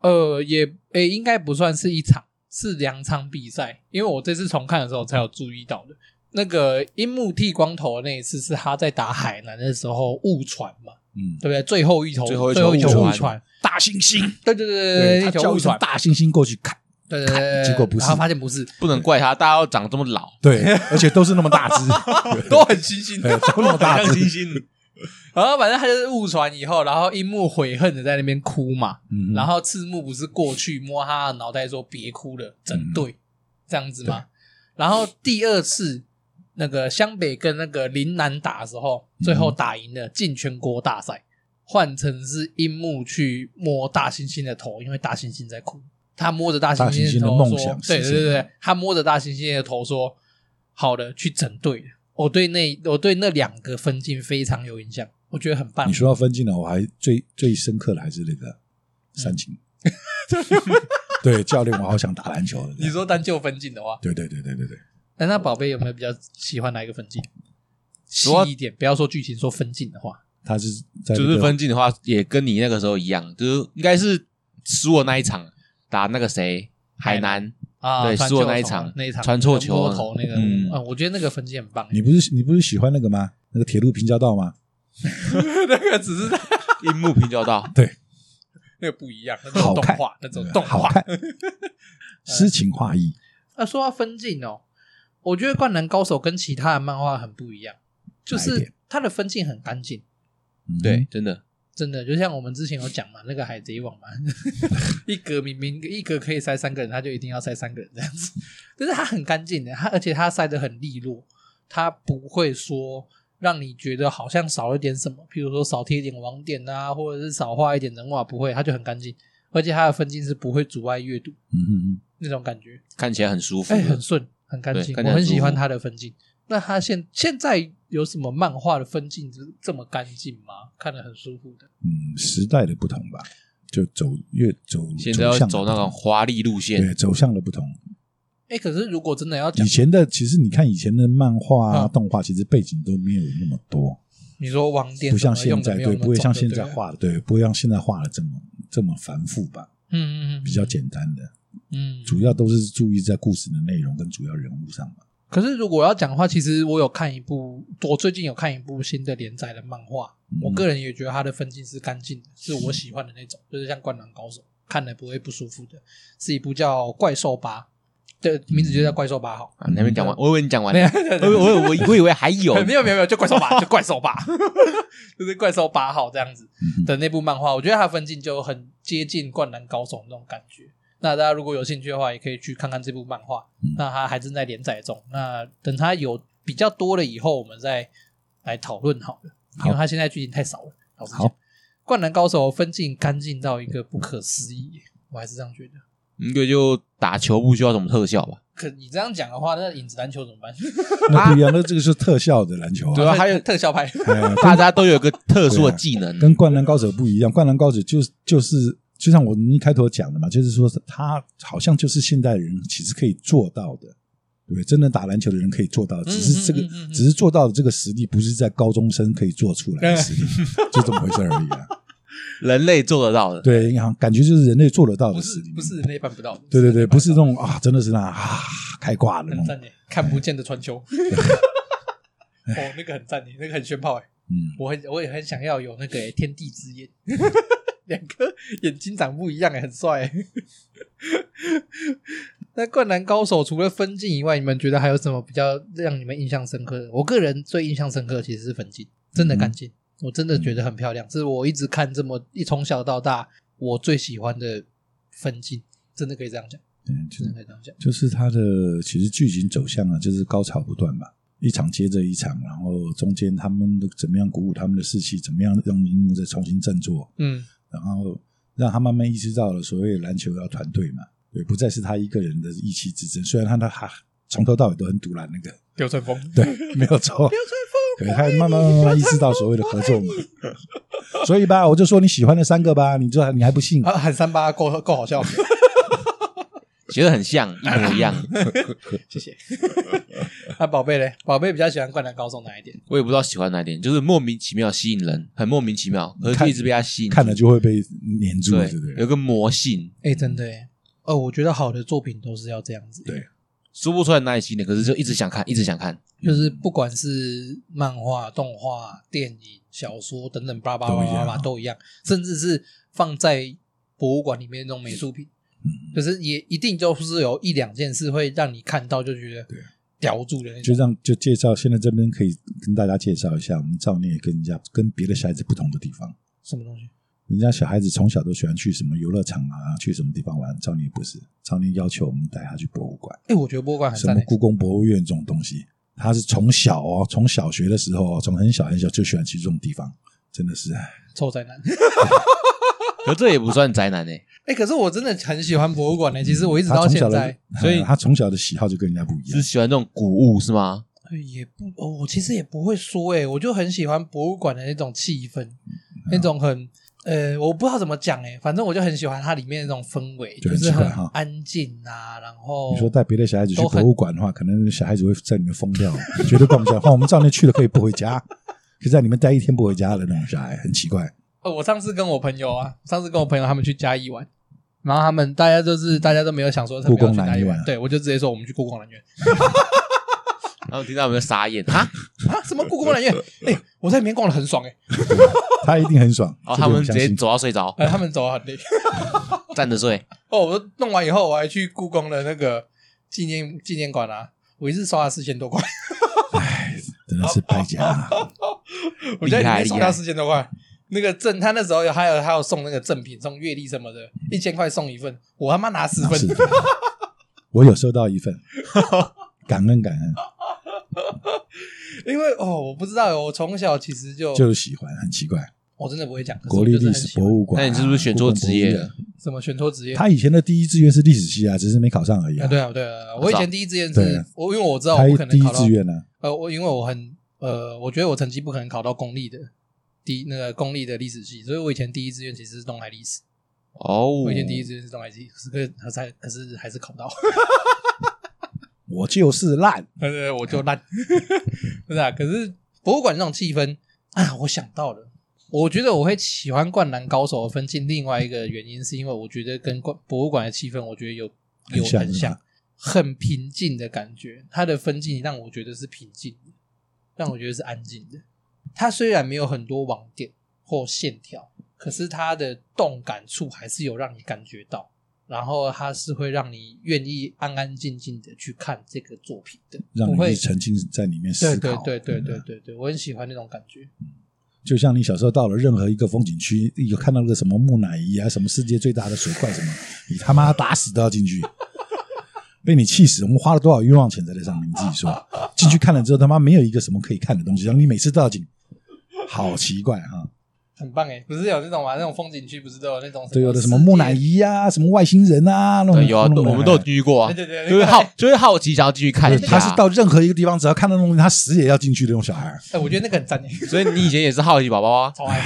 Speaker 1: 呃也诶、应该不算是一场，是两场比赛，因为我这次重看的时候才有注意到的。那个樱木剃光头的那一次是他在打海南的时候误传嘛，
Speaker 2: 嗯，
Speaker 1: 对不对？最后一球，
Speaker 3: 最后一球
Speaker 1: 最后一球误
Speaker 2: 误传
Speaker 1: 传，
Speaker 2: 大猩猩，
Speaker 1: 对对对对，
Speaker 2: 他
Speaker 1: 呃一球
Speaker 2: 叫
Speaker 1: 误
Speaker 2: 一声
Speaker 1: 传，
Speaker 2: 大猩猩过去砍，
Speaker 1: 对对对，
Speaker 2: 结果不是
Speaker 1: 然后发现不是，
Speaker 3: 不能怪他，大家要长这么老，
Speaker 2: 对，而且都是那么大只，
Speaker 1: 都很清醒，
Speaker 2: 对都那么大只，
Speaker 3: 星，
Speaker 1: 然后反正他就是误传以后，然后樱木悔恨的在那边哭嘛，
Speaker 2: 嗯
Speaker 1: 然
Speaker 2: 后
Speaker 1: 后赤木不是过去摸他的脑袋说别哭了，整队、
Speaker 2: 嗯
Speaker 1: 这样子嘛。然后第二次那个湘北跟那个陵南打的时候，
Speaker 2: 嗯
Speaker 1: 最后打赢了进全国大赛，换成是樱木去摸大猩猩的头，因为大猩猩在哭，他摸着大猩
Speaker 2: 大猩猩的
Speaker 1: 头
Speaker 2: 梦
Speaker 1: 说，
Speaker 2: 想
Speaker 1: 对对
Speaker 2: 实现
Speaker 1: 对对，他摸着大猩猩的头说，好的，去整队了。我对那我对那两个分镜非常有印象，我觉得很棒。
Speaker 2: 你说到分镜呢，我还最最深刻的还是那个三井，
Speaker 3: 嗯
Speaker 2: 对教练，我好想打篮球 了。
Speaker 1: 你说单就分镜的话，
Speaker 2: 对对对对对对，
Speaker 1: 那那宝贝有没有比较喜欢哪一个分镜？细
Speaker 3: 主要
Speaker 1: 一点，不要说剧情，说分镜的话，
Speaker 2: 他是在
Speaker 3: 就
Speaker 2: 那
Speaker 3: 是
Speaker 2: 个
Speaker 3: 分镜的话，也跟你那个时候一样，就是应该是输了那一场打那个谁海南，
Speaker 1: 啊，
Speaker 3: 对
Speaker 1: 传
Speaker 3: 输
Speaker 1: 球
Speaker 3: 了那一
Speaker 1: 什么
Speaker 3: 场
Speaker 1: 那一场
Speaker 3: 传错球
Speaker 1: 摸头那个，
Speaker 3: 嗯
Speaker 1: 嗯，我觉得那个分镜很棒。
Speaker 2: 你不是你不是喜欢那个吗？那个铁路平交道吗？
Speaker 1: 那个只是
Speaker 3: 樱木平交道，
Speaker 1: 那个不一样，那种
Speaker 2: 好
Speaker 1: 动
Speaker 2: 看
Speaker 1: 画，那种动
Speaker 2: 好
Speaker 1: 画。
Speaker 2: 看，诗情画意。
Speaker 1: 那说到分镜哦，我觉得《灌篮高手》跟其他的漫画很不一样，就
Speaker 2: 哪一
Speaker 1: 是
Speaker 2: 点
Speaker 1: 它的分镜很干净，
Speaker 2: 嗯
Speaker 3: 对，，真的，
Speaker 1: 真的，就像我们之前有讲嘛，那个《海贼王》嘛， 一格明明一格可以塞三个人，他就一定要塞三个人这样子，但是他很干净的，他而且他塞的很利落，他不会说让你觉得好像少了点什么，譬如说少贴一点网点啊，或者是少画一点人画，不会，他就很干净，而且他的分镜是不会阻碍阅读
Speaker 2: 嗯嗯嗯，
Speaker 1: 那种感觉，
Speaker 3: 看起来很舒服
Speaker 1: 哎、，很顺，很干净，
Speaker 3: 对看
Speaker 1: 我
Speaker 3: 起来
Speaker 1: 很
Speaker 3: 很舒服
Speaker 1: 喜欢他的分镜。那他现现在有什么漫画的分镜是这么干净吗？看得很舒服的。
Speaker 2: 嗯，时代的不同吧，就走越走
Speaker 3: 现在要
Speaker 2: 向的
Speaker 3: 走
Speaker 2: 不
Speaker 3: 那
Speaker 2: 同
Speaker 3: 种华丽路线，
Speaker 2: 对走向的不同。
Speaker 1: 哎、可是如果真的要讲
Speaker 2: 以，前的其实你看以前的漫画啊、
Speaker 1: 嗯
Speaker 2: 动画，其实背景都没有那么多，
Speaker 1: 你说网点
Speaker 2: 不像
Speaker 1: 什么
Speaker 2: 现
Speaker 1: 用的
Speaker 2: 在
Speaker 1: 没有
Speaker 2: 对，
Speaker 1: 那么
Speaker 2: 不会像
Speaker 1: 重
Speaker 2: 现
Speaker 1: 对
Speaker 2: 在
Speaker 1: 不对，
Speaker 2: 画的对，不会像现在画的这么这么繁复吧，
Speaker 1: 嗯嗯嗯，
Speaker 2: 比较简单的，
Speaker 1: 嗯。
Speaker 2: 主要都是注意在故事的内容跟主要人物上吧。
Speaker 1: 可是如果要讲的话，其实我有看一部，我最近有看一部新的连载的漫画，
Speaker 2: 嗯
Speaker 1: 我个人也觉得它的分镜是干净的，是我喜欢的那种，就是像《灌篮高手》，看了不会不舒服的，是一部叫《怪兽吧》的名字就叫《怪兽吧》 好。
Speaker 3: 啊，你还没讲完，我以为你讲完
Speaker 1: 没
Speaker 3: 了，
Speaker 1: 有
Speaker 3: 我以为 我以为我以为还有
Speaker 1: 没有没有没有，就怪兽吧，就怪兽吧， 就是怪兽八号这样子。
Speaker 2: 嗯哼
Speaker 1: 的那部漫画，我觉得它的分镜就很接近《灌篮高手》那种感觉。那大家如果有兴趣的话，也可以去看看这部漫画
Speaker 2: 嗯。
Speaker 1: 那它还正在连载中，那等它有比较多了以后，我们再来讨论好了，
Speaker 2: 好
Speaker 1: 因为它现在剧情太少了。老实讲，《
Speaker 2: 好
Speaker 1: 灌篮高手》分镜干净到一个不可思议，我还是这样觉得。
Speaker 3: 应该嗯就打球不需要什么特效吧？
Speaker 1: 可你这样讲的话，那影子篮球怎么办？
Speaker 2: 那不一样，那这个是特效的篮球
Speaker 3: 对
Speaker 2: 啊，
Speaker 3: 啊，还有
Speaker 1: 特 效派，
Speaker 2: 哎呀啊
Speaker 3: 大家都有一个特殊的技能，
Speaker 2: 跟灌篮高手不一样，灌篮高手就是就是就像我们一开头讲的嘛，就是说他好像就是现代人其实可以做到的，对不对？真的打篮球的人可以做到，只是这个、
Speaker 1: 嗯嗯嗯嗯
Speaker 2: 只是做到的这个实力不是在高中生可以做出来的实力，就这么回事而已啊。
Speaker 3: 人类做得到的。
Speaker 2: 对，好像感觉就是人类做得到
Speaker 1: 不
Speaker 2: 的
Speaker 1: 是
Speaker 2: 实力，
Speaker 1: 不是人类办不到的，
Speaker 2: 对对对，不是那种啊，真的是那啊开挂的
Speaker 1: 很
Speaker 2: 那种，
Speaker 1: 赞耶，看不见的传球。 哦，那个很赞耶，那个很炫炮哎，
Speaker 2: 嗯，
Speaker 1: 我很我也很想要有那个耶天地之眼， 两颗眼睛长不一样哎，很帅耶。那灌篮高手除了分镜以外，你们觉得还有什么比较让你们印象深刻的？我个人最印象深刻的其实是分镜，真的干净，我真的觉得很漂亮，是我一直看这么一从小到大我最喜欢的分镜，真的可以这样讲，
Speaker 2: 对，就是
Speaker 1: 真的可以这样讲。
Speaker 2: 就是它的其实剧情走向啊，就是高潮不断嘛，一场接着一场，然后中间他们都怎么样鼓舞他们的士气，怎么样让荧幕再重新振作，
Speaker 1: 嗯
Speaker 2: 然后让他慢慢意识到了所谓篮球要团队嘛，对，不再是他一个人的意气之争。虽然他他他从头到尾都很独揽那个，，
Speaker 1: 流川枫，
Speaker 2: 对，没有错，对，他慢慢慢慢意识到所谓的合作嘛。 所以吧，我就说你喜欢的三个吧，你这你还不信？
Speaker 1: 啊，喊三八够够好笑，
Speaker 3: 觉得很像，一模一样。
Speaker 1: 谢 谢。那啊宝贝嘞，宝贝比较喜欢《灌篮高手》哪一点？
Speaker 3: 我也不知道喜欢哪点，就是莫名其妙吸引人，很莫名其妙，可是就一直被他吸引。
Speaker 2: 看了就会被黏住，
Speaker 3: 对
Speaker 2: 对不，对
Speaker 3: 有？个魔性，
Speaker 1: 哎、真的哎，哦，我觉得好的作品都是要这样子，
Speaker 2: 对，
Speaker 3: 说不出来哪里吸引人，可是就一直想看，一直想看。
Speaker 1: 就是不管是漫画、动画、电影、小说等等，巴拉巴拉巴拉巴拉都一样，甚至是放在博物馆里面那种美术品，就是也一定就是有一两件事会让你看到就觉得
Speaker 2: 对
Speaker 1: 叼住的那
Speaker 2: 就
Speaker 1: 种。
Speaker 2: 让就介绍，现在这边可以跟大家介绍一下，我们造孽跟人家跟别的小孩子不同的地方。
Speaker 1: 什么东西？
Speaker 2: 人家小孩子从小都喜欢去什么游乐场啊，去什么地方玩。造孽不是，造孽要求我们带他去博物馆，
Speaker 1: 哎、我觉得博物馆很
Speaker 2: 什
Speaker 1: 赞
Speaker 2: 么
Speaker 1: 诶，
Speaker 2: 故宫博物院这种东西，他是从小哦，从小学的时候哦，从很小很小就喜欢去这种地方，真的是。唉
Speaker 1: 臭宅男。
Speaker 3: 可这也不算宅男欸诶、
Speaker 1: 哎、可是我真的很喜欢博物馆呢、欸其实我一直到
Speaker 2: 他从
Speaker 1: 现
Speaker 2: 小的
Speaker 1: 在，
Speaker 3: 所以
Speaker 2: 嗯他从小的喜好就跟人家不一
Speaker 3: 是
Speaker 2: 样。
Speaker 3: 喜欢那种古物是吗？
Speaker 1: 呃也不哦，我其实也不会说哎、我就很喜欢博物馆的那种气氛，那种很呃，我不知道怎么讲哎、反正我就很喜欢它里面那种氛围，就
Speaker 2: 就很
Speaker 1: 是
Speaker 2: 奇怪
Speaker 1: 很
Speaker 2: 哈
Speaker 1: 安静啊，然后
Speaker 2: 你说带别的小孩子去
Speaker 1: 都很
Speaker 2: 博物馆的话，可能小孩子会在里面疯掉，绝对逛不下。哦换我们造孽去了可以不回家，可以在里面待一天不回家的那种小孩，很奇怪。
Speaker 1: 呃，我上次跟我朋友啊，上次跟我朋友他们去嘉义玩，然后他们大家就是大家都没有想说他们
Speaker 2: 故
Speaker 1: 要
Speaker 2: 宫
Speaker 1: 去
Speaker 2: 南
Speaker 1: 嘉义
Speaker 2: 院
Speaker 1: 玩
Speaker 2: 啊，
Speaker 1: 对我就直接说我们去故宫南园
Speaker 3: 然后听到我们就傻眼啊！
Speaker 1: 啊，什么故宫南园？哎、我在里面逛的很爽哎、
Speaker 2: 他一定很爽。
Speaker 3: 然后
Speaker 2: 这
Speaker 3: 哦他
Speaker 2: 个
Speaker 3: 们
Speaker 2: 我
Speaker 3: 直
Speaker 2: 相信
Speaker 3: 接走到睡着，
Speaker 1: 呃，他们走得很累。
Speaker 3: 站着睡。
Speaker 1: 哦，我弄完以后，我还去故宫的那个纪念纪念馆啊，我一次刷了四千多块，
Speaker 2: 真的是败家、
Speaker 1: 我在里
Speaker 3: 厉害
Speaker 1: 面刷到
Speaker 3: 厉害
Speaker 1: 四千多块。那个赠他那时候有还有还有送那个赠品，送月历什么的，一千块送一份，我他妈拿十份，
Speaker 2: 是我有收到一份，感恩感恩，
Speaker 1: 因为哦，我不知道，我从小其实就
Speaker 2: 就是喜欢，很奇怪。
Speaker 1: 我真的不会讲可是
Speaker 2: 国
Speaker 1: 我
Speaker 2: 立
Speaker 1: 就是
Speaker 2: 历
Speaker 1: 很
Speaker 2: 史
Speaker 1: 喜
Speaker 2: 博
Speaker 1: 欢
Speaker 2: 物馆啊、
Speaker 3: 那你是不是选错职业
Speaker 2: 故宫
Speaker 3: 了
Speaker 2: 博物院？
Speaker 1: 什么选托职业啊？
Speaker 2: 他以前的第一志愿是历史系啊，只是没考上而已、啊。
Speaker 1: 对啊对啊，我以前第一志愿
Speaker 2: 对
Speaker 1: 是
Speaker 2: 啊，
Speaker 1: 我因为我知道我不可
Speaker 2: 他
Speaker 1: 能
Speaker 2: 第一
Speaker 1: 考到
Speaker 2: 志愿呢、
Speaker 1: 呃，我因为我很呃，我觉得我成绩不可能考到公立的第那个公立的历史系，所以我以前第一志愿其实是东海历史，
Speaker 3: 哦，
Speaker 1: 我以前第一志愿是东海历史，可是可是可是还是考不到，
Speaker 2: 我就是烂。
Speaker 1: 但是我 就烂，不是啊？可是博物馆那种气氛啊，我想到了。我觉得我会喜欢《灌篮高手》的分镜，另外一个原因是因为我觉得跟馆博物馆的气氛，我觉得有有
Speaker 2: 很像啊
Speaker 1: 很
Speaker 2: 是
Speaker 1: 像
Speaker 2: 吧，
Speaker 1: 很平静的感觉。它的分镜让我觉得是平静的，让我觉得是安静的。它虽然没有很多网点或线条，可是它的动感处还是有让你感觉到，然后它是会让你愿意安安静静的去看这个作品的，
Speaker 2: 让
Speaker 1: 不
Speaker 2: 你
Speaker 1: 会
Speaker 2: 去沉浸在里面思
Speaker 1: 对对
Speaker 2: 考，
Speaker 1: 对对对
Speaker 2: 嗯
Speaker 1: 对对，我很喜欢那种感觉。
Speaker 2: 就像你小时候到了任何一个风景区，有看到那个什么木乃伊啊，什么世界最大的水怪什么，你他妈打死都要进去，被你气死！我们花了多少冤枉钱在这上面？你自己说，进去看了之后，他妈没有一个什么可以看的东西，然后你每次都要进，好奇怪哈、啊
Speaker 1: 很棒哎，不是有那种嘛？那种风景区不是都有那种
Speaker 2: 对，有的什么木乃
Speaker 1: 世界？
Speaker 2: 伊啊，什么外星人啊，那种
Speaker 3: 对，有啊，
Speaker 2: 那
Speaker 3: 都
Speaker 2: 种
Speaker 3: 我们都有进去过啊，
Speaker 1: 对对对，
Speaker 3: 就会好就会好奇，想要进去看一
Speaker 2: 对
Speaker 3: 下。
Speaker 2: 他是到任何一个地方，只要看到那种东西，他死也要进去的那种小孩。
Speaker 1: 哎，我觉得那个很赞哎，
Speaker 3: 所以你以前也是好奇宝 宝啊？
Speaker 1: 超爱，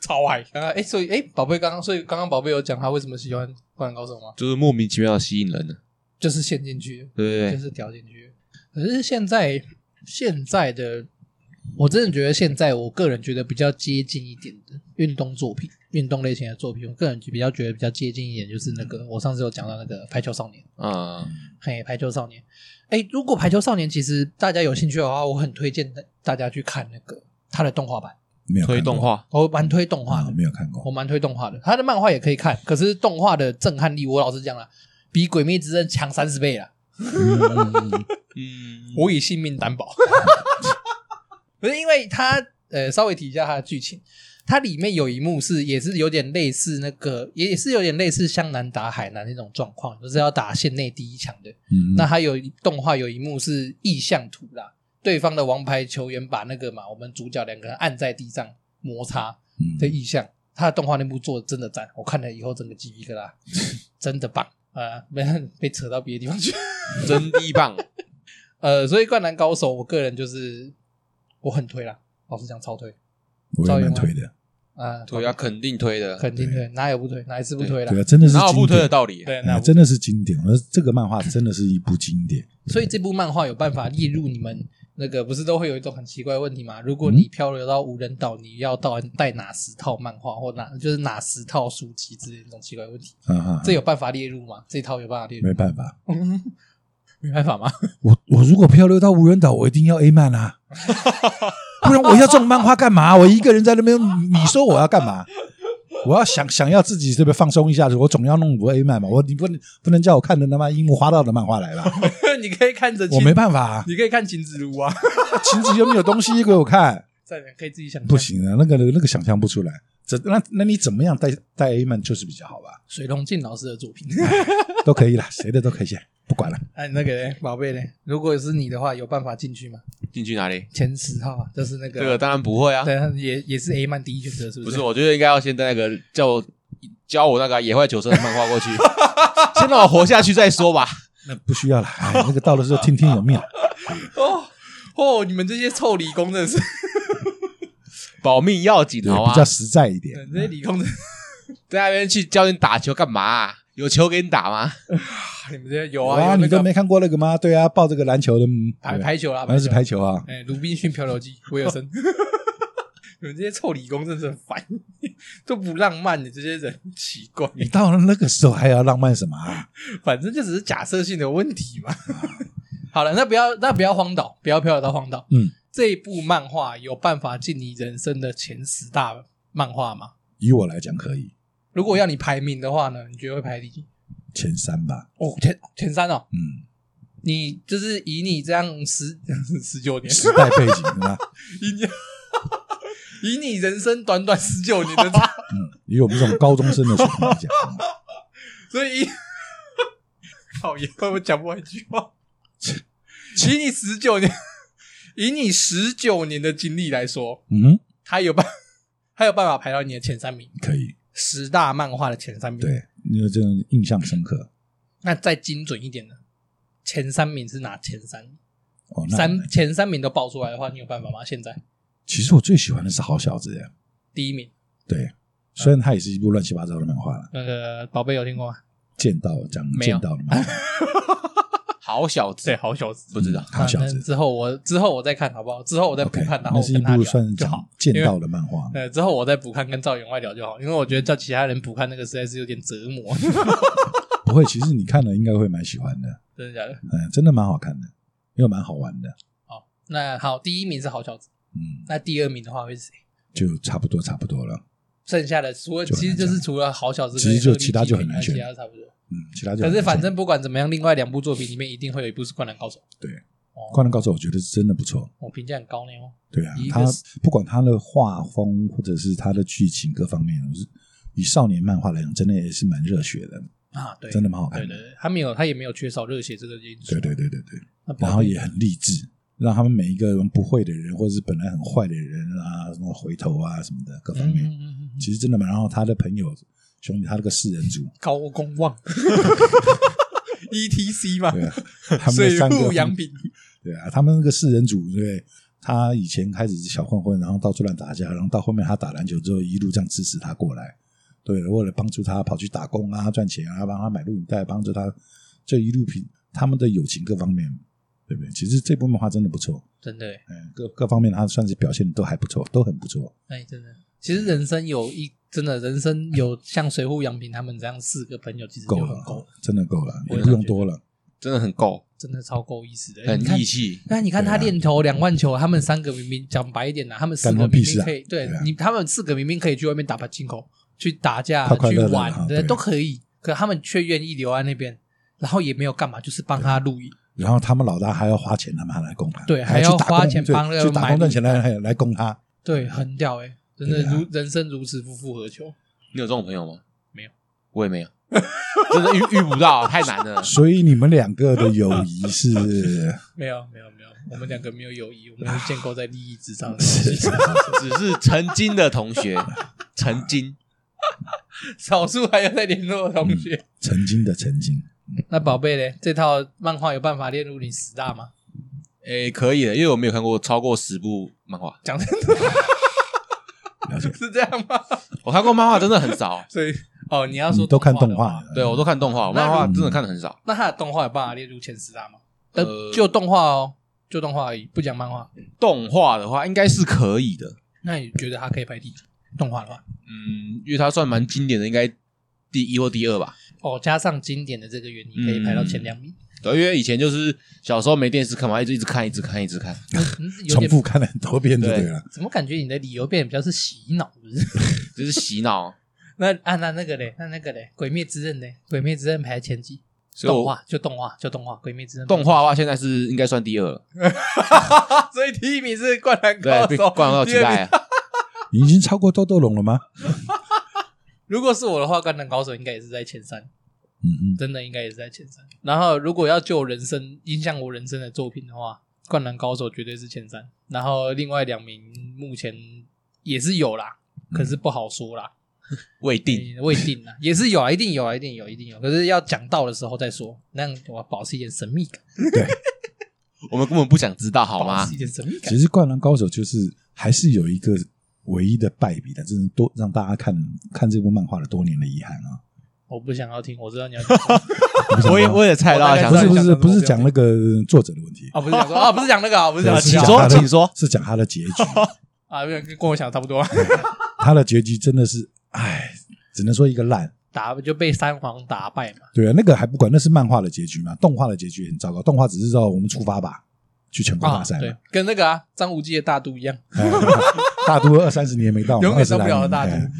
Speaker 1: 超爱。刚刚哎，所以哎，宝贝刚刚，所以刚刚宝贝有讲他为什么喜欢《灌篮高手》吗？
Speaker 3: 就是莫名其妙的吸引人呢，
Speaker 1: 就是陷进去，
Speaker 3: 对
Speaker 1: 就
Speaker 3: 不对？
Speaker 1: 是掉进去。可是现在现在的，我真的觉得现在我个人觉得比较接近一点的运动作品，运动类型的作品，我个人比较觉得比较接近一点，就是那个我上次有讲到那个《排球少年》。
Speaker 3: 嗯，
Speaker 1: 嘿，排球少年。哎，如果排球少年其实大家有兴趣的话，我很推荐大家去看那个他的动画版，
Speaker 2: 没有看过
Speaker 3: 推动画，
Speaker 1: 我蛮推动画
Speaker 2: 啊，
Speaker 1: 的，
Speaker 2: 没有看过
Speaker 1: 我。蛮推动画的。他的漫画也可以看，可是动画的震撼力，我老实讲了，比《鬼灭之刃》强三十倍啦，嗯
Speaker 2: 嗯
Speaker 3: 嗯，
Speaker 1: 我以性命担保。不是因为他呃，稍微提一下他的剧情。它里面有一幕是，也是有点类似那个，也是有点类似湘南打海南那种状况，就是要打县内第一强的。
Speaker 2: 嗯，
Speaker 1: 那还有一动画有一幕是意向图啦，对方的王牌球员把那个嘛，我们主角两个人按在地上摩擦
Speaker 2: 嗯
Speaker 1: 的意向，他的动画那部做的真的赞，我看了以后整个鸡皮疙瘩，真的棒啊、呃！没被扯到别的地方去。
Speaker 3: 真的棒，
Speaker 1: 呃，所以《灌篮高手》，我个人就是我很推啦，老实讲超推
Speaker 2: 我也蛮推的。
Speaker 1: 啊、呃
Speaker 3: 推啊，肯定推的，
Speaker 1: 肯定推，哪有不推，哪一次不推啦
Speaker 2: 对？啊，真的是
Speaker 3: 哪有不
Speaker 2: 经
Speaker 3: 推的
Speaker 2: 典，
Speaker 3: 道理？
Speaker 1: 对，
Speaker 2: 哎
Speaker 1: 那
Speaker 2: 真的是经典。我说这个漫画真的是一部经典。
Speaker 1: 所以这部漫画有办法列入你们那个不是都会有一种很奇怪的问题吗？如果
Speaker 2: 嗯
Speaker 1: 你漂流到无人岛，你要到带哪十套漫画或哪就是哪十套书籍之类的这种奇怪的问题，
Speaker 2: 啊哈，
Speaker 1: 这有办法列入吗？这套有办法列入
Speaker 2: 没
Speaker 1: 吗？
Speaker 2: 办法。
Speaker 1: 没办法吗？
Speaker 2: 我我如果漂流到无人岛，我一定要 A 漫啊，不然我要这种漫画干嘛？我一个人在那边，你你说我要干嘛？我要想想要自己这边放松一下子，我总要弄部 A 漫嘛。我你不能不能叫我看的他妈樱木花道的漫画来吧？
Speaker 1: 你可以看着，
Speaker 2: 我没，办法、啊，
Speaker 1: 你可以看秦子路啊，
Speaker 2: 晴子又没有东西给我看，
Speaker 1: 再来可以自己想象
Speaker 2: 不，行啊，那个那个想象不出来。这那那你怎么样带带 A 漫就是比较好吧？
Speaker 1: 水龙镜老师的作品。
Speaker 2: 都可以啦，谁的都可以写，不管了。
Speaker 1: 哎，那个嘞，宝贝嘞，如果是你的话，有办法进去吗？
Speaker 3: 进去哪里？
Speaker 1: 前十号啊，就是那个，
Speaker 3: 这个当然不会啊，
Speaker 1: 对，他也也是 A 曼第一选择，是不
Speaker 3: 不
Speaker 1: 是？
Speaker 3: 是，我觉得应该要先带那个叫我教我那个野外求生的漫画 过去，先让我活下去再说吧。
Speaker 1: 嗯
Speaker 2: 那不需要了，哎，那个到了之后听天由命了。
Speaker 1: 哦哦，你们这些臭理工真的是。
Speaker 3: 保命要紧，
Speaker 2: 对，
Speaker 3: 好
Speaker 2: 比
Speaker 3: 啊
Speaker 2: 较！实在一点
Speaker 1: 对，。这些理工的，
Speaker 3: 在那边去教你打球干嘛啊、有球给你打吗？
Speaker 1: 你们这些有
Speaker 2: 哇，
Speaker 1: 啊，有那
Speaker 2: 你都
Speaker 1: 个
Speaker 2: 没看过那个吗？对啊，抱这个篮球的，嗯
Speaker 1: 排
Speaker 2: 对
Speaker 1: 排球啦，
Speaker 2: 好像是排
Speaker 1: 球，
Speaker 2: 球啊。
Speaker 1: 哎，鲁滨逊漂流记，威尔 森，你们这些臭理工真是很烦， 都不浪漫的这些人，奇怪，
Speaker 2: 你到了那个时候还要浪漫什么啊？
Speaker 1: 反正就只是假设性的问题嘛。 好了，那不要那不要荒岛，不要漂流到荒岛。
Speaker 2: 嗯，
Speaker 1: 这一部漫画有办法进你人生的前十大漫画吗？
Speaker 2: 以我来讲可以，
Speaker 1: 如果要你排名的话呢，你觉得会排第几？
Speaker 2: 前三吧。
Speaker 1: 哦，前前三哦，
Speaker 2: 嗯，
Speaker 1: 你就是以你这样十 十九年，
Speaker 2: 时代背景对吧？
Speaker 1: 以你 以你人生短短十九年的 这，
Speaker 2: 嗯，以我们这种高中生的水平来 讲，嗯
Speaker 1: 所 以以靠也我讲不完一句话。 以你十九年，以你十九年的经历来说，
Speaker 2: 嗯哼，
Speaker 1: 他有办， 他有办法排到你的前三名，
Speaker 2: 可以。
Speaker 1: 十大漫画的前三名。，
Speaker 2: 对，因为这种印象深刻。
Speaker 1: 那再精准一点呢？前三名是哪前三？
Speaker 2: 哦，那
Speaker 1: 三前三名都报出来的话，你有办法吗？现在
Speaker 2: 其实我最喜欢的是《好小子》耶。
Speaker 1: 第一名，
Speaker 2: 对，虽然它也是一部乱七八糟的漫画了，
Speaker 1: 那个宝贝有听过吗？
Speaker 2: 剑道讲
Speaker 1: 没有
Speaker 2: 剑道 的漫画，
Speaker 3: 好小子，
Speaker 1: 对，好小子，
Speaker 3: 不知道
Speaker 2: 嗯好小子
Speaker 1: 那。之后我之后我再看好不好？之后我再补
Speaker 2: OK，
Speaker 1: 看，然后
Speaker 2: 那
Speaker 1: 我
Speaker 2: 是
Speaker 1: 跟
Speaker 2: 一
Speaker 1: 他
Speaker 2: 部
Speaker 1: 聊
Speaker 2: 算
Speaker 1: 就好
Speaker 2: 讲。剑
Speaker 1: 因
Speaker 2: 道
Speaker 1: 为
Speaker 2: 的漫画。
Speaker 1: 呃，之后我再补看跟赵员外聊就好，因为我觉得叫其他人补看那个实在是有点折 磨，
Speaker 2: 不会，其实你看了应该会蛮喜欢的，
Speaker 1: 真的假的？
Speaker 2: 嗯，真的蛮好看的，又蛮好玩的，
Speaker 1: 好，那好，第一名是好小子，
Speaker 2: 嗯，
Speaker 1: 那第二名的话会是谁？
Speaker 2: 就差不多差不多了，
Speaker 1: 剩下的除了
Speaker 2: 就很
Speaker 1: 其实
Speaker 2: 难
Speaker 1: 就是
Speaker 2: 讲
Speaker 1: 除了好小子跟
Speaker 2: 其实就
Speaker 1: 鹤立
Speaker 2: 其他
Speaker 1: 鸡
Speaker 2: 就
Speaker 1: 群
Speaker 2: 很难选
Speaker 1: 其他啊差不多。
Speaker 2: 嗯，其他就
Speaker 1: 可是反
Speaker 2: 很难讲
Speaker 1: 正不管怎么样，另外两部作品里面一定会有一部是《灌篮高手》。
Speaker 2: 对
Speaker 1: 哦，
Speaker 2: 《灌篮高手》我觉得是真的不错，
Speaker 1: 我评价很高呢哦。
Speaker 2: 对啊
Speaker 1: 一，个
Speaker 2: 他
Speaker 1: 是
Speaker 2: 不管他的画风或者是他的剧情各方面，我是以少年漫画来讲，真的也是蛮热血的，
Speaker 1: 啊，对，
Speaker 2: 真的蛮好看
Speaker 1: 对
Speaker 2: 的，
Speaker 1: 对，对他没有，他也没有缺少热血这个因素。
Speaker 2: 对对对对对，
Speaker 1: 那宝贝
Speaker 2: 然后也很励志，让他们每一个人不会的人，或者是本来很坏的人啊，什么回头啊什么的各方
Speaker 1: 嗯
Speaker 2: 面，
Speaker 1: 嗯嗯嗯
Speaker 2: 其实真的蛮。然后他的朋友兄弟，他那个四人组，
Speaker 1: 高公 望，ETC E 嘛，
Speaker 2: 对啊，他们
Speaker 1: 水
Speaker 2: 那三个
Speaker 1: 户洋 平，
Speaker 2: 对啊，他们那个四人组，对不对，他以前开始是小混混，然后到处乱打架，然后到后面他打篮球之后，一路这样支持他过来，对，为了帮助他跑去打工啊，赚钱啊，帮他买录影带，帮助他，这一路平他们的友情各方面，对不对？其实这部漫画真的不错，
Speaker 1: 真的耶，
Speaker 2: 嗯，各各方面他算是表现都还不错，都很不错，
Speaker 1: 哎，真的，其实人生有一真的人生有像水户洋平他们这样四个朋友，其实就
Speaker 2: 够
Speaker 1: 很
Speaker 2: 了，
Speaker 1: 够，
Speaker 2: 真的够了，
Speaker 1: 我也
Speaker 2: 也不
Speaker 1: 感
Speaker 2: 用
Speaker 1: 觉
Speaker 2: 多了。
Speaker 3: 真的很够，
Speaker 1: 真的超够意思的，哎
Speaker 3: 很
Speaker 1: 你看
Speaker 3: 义气。
Speaker 1: 那你看他
Speaker 2: 对啊
Speaker 1: 练投两万球，他们三个明明讲白一点啦，他们四
Speaker 2: 干
Speaker 1: 个
Speaker 2: 他屁
Speaker 1: 明
Speaker 2: 事
Speaker 1: 明
Speaker 2: 啊
Speaker 1: 可以，对
Speaker 2: 对啊
Speaker 1: 你他们四个明明可以去外面打把进口，去打架
Speaker 2: 快快
Speaker 1: 去
Speaker 2: 乐乐的
Speaker 1: 玩
Speaker 2: 啊，
Speaker 1: 对
Speaker 2: 对
Speaker 1: 都可以，可他们却愿意留在那边，然后也没有干嘛，就是帮他录影。
Speaker 2: 然后他们老大还要花钱，他们还来供他，
Speaker 1: 对
Speaker 2: 还
Speaker 1: 还要
Speaker 2: 去打
Speaker 1: 花
Speaker 2: 工
Speaker 1: 钱
Speaker 2: 对
Speaker 1: 帮那个
Speaker 2: 去打
Speaker 1: 买
Speaker 2: 工赚钱来来来供他，
Speaker 1: 对，很屌哎、真的
Speaker 2: 啊对啊
Speaker 1: 如人生如此，夫复何求？
Speaker 3: 你有这种朋友吗？
Speaker 1: 没有，
Speaker 3: 我也没有， 真的遇遇不到，太难 了。
Speaker 2: 所以你们两个的友谊 是。
Speaker 1: 没有，啊没有，没有，我们两个没有友谊，我们是建构在利益之 上的
Speaker 3: 只是曾经的同学，曾经
Speaker 1: 少数还有在联络的同 学。
Speaker 2: 曾经的曾经，
Speaker 1: 那宝贝嘞，这套漫画有办法列入你十大吗？
Speaker 3: 诶、哎可以的，因为我没有看过超过十部漫画，
Speaker 1: 讲真的，
Speaker 2: 了解
Speaker 1: 是这样吗？。
Speaker 3: 我哦看过漫画真的很少
Speaker 1: 所以哦，你要
Speaker 2: 你
Speaker 1: 说
Speaker 2: 都看
Speaker 1: 动
Speaker 2: 动
Speaker 1: 画的话
Speaker 2: 画，
Speaker 3: 对，我都看动画，漫画真的看的很少。
Speaker 1: 那他的动画有办法列入前十大吗？但
Speaker 3: 呃
Speaker 1: 就动画哦，就动画而已，不讲漫画。
Speaker 3: 动画的话，应该是可以的，
Speaker 1: 那你觉得他可以排第几？动画的话，
Speaker 3: 嗯，因为它算蛮经典的，应该第一或第二吧。
Speaker 1: 哦，加上经典的这个原因，可以排到前两名。
Speaker 3: 对，因为以前就是小时候没电视看嘛，一直一直看，一直看，一直看。
Speaker 1: 嗯有
Speaker 2: 重
Speaker 1: 点
Speaker 2: 复看了很多遍就对了。
Speaker 1: 怎么感觉你的理由变得比较是洗脑，不是？
Speaker 3: 就是洗脑。
Speaker 1: 那啊，那那个嘞，那那个嘞，《鬼灭之刃》嘞，《鬼灭之刃》排前几？
Speaker 3: 所以我
Speaker 1: 动画就动画就动画，《鬼灭之刃》
Speaker 3: 动画的话，现在是应该算第二了，
Speaker 1: 画， 所以第一名是《灌篮
Speaker 3: 对，被灌到期待啊。
Speaker 2: 你已经超过豆豆龙了吗？
Speaker 1: 如果是我的话，《灌篮高手》应该也是在前三，
Speaker 2: 嗯
Speaker 1: 真的应该也是在前三。然后如果要就人生影响我人生的作品的话，《灌篮高手》绝对是前三。然后另外两名目前也是有啦，
Speaker 2: 嗯
Speaker 1: 可是不好说啦，
Speaker 3: 未定，
Speaker 1: 嗯未定啦，也是有啊，一定有啊，一定有，一定有。可是要讲到的时候再说，那样我要保持一点神秘感，
Speaker 2: 哼，嗯对。
Speaker 3: 我们根本不想知道，好
Speaker 1: 保
Speaker 3: 吗
Speaker 1: 持一？点神秘感
Speaker 2: 其。实《灌篮高手》就是还是有一个唯一的败笔的，真的多让大家看看这部漫画的多年的遗憾啊！
Speaker 1: 我不想要听，我知道你要讲 什么
Speaker 3: 我也我也猜到，
Speaker 1: 我大概
Speaker 3: 想
Speaker 2: 不
Speaker 1: 知道
Speaker 2: 是
Speaker 1: 你
Speaker 2: 不
Speaker 1: 想
Speaker 2: 是
Speaker 1: 讲
Speaker 2: 不是
Speaker 1: 什么
Speaker 2: 讲那个作者的问题，
Speaker 1: 啊，不是讲说啊，不是讲那个啊，不是讲
Speaker 2: 对
Speaker 1: 那
Speaker 2: 是
Speaker 1: 个
Speaker 3: 请
Speaker 2: 讲
Speaker 1: 啊
Speaker 3: 说
Speaker 2: 他的
Speaker 3: 请说
Speaker 2: 是讲他的结局，
Speaker 1: 啊，不是跟我想的差不 多啊，
Speaker 2: 他的结局真的是，唉，只能说一个烂。
Speaker 1: 打就被三皇打败嘛。
Speaker 2: 对啊，那个还不管，那是漫画的结局嘛，动画的结局也很糟糕。动画只是说我们出发吧，去全国
Speaker 1: 啊，
Speaker 2: 大赛嘛
Speaker 1: 对，，跟那个啊张无忌的大都一样，
Speaker 2: 哎 大都二三十年没到嘛，
Speaker 1: 永远
Speaker 2: 20
Speaker 1: 到不了的
Speaker 2: 来年
Speaker 1: 大都
Speaker 2: 哎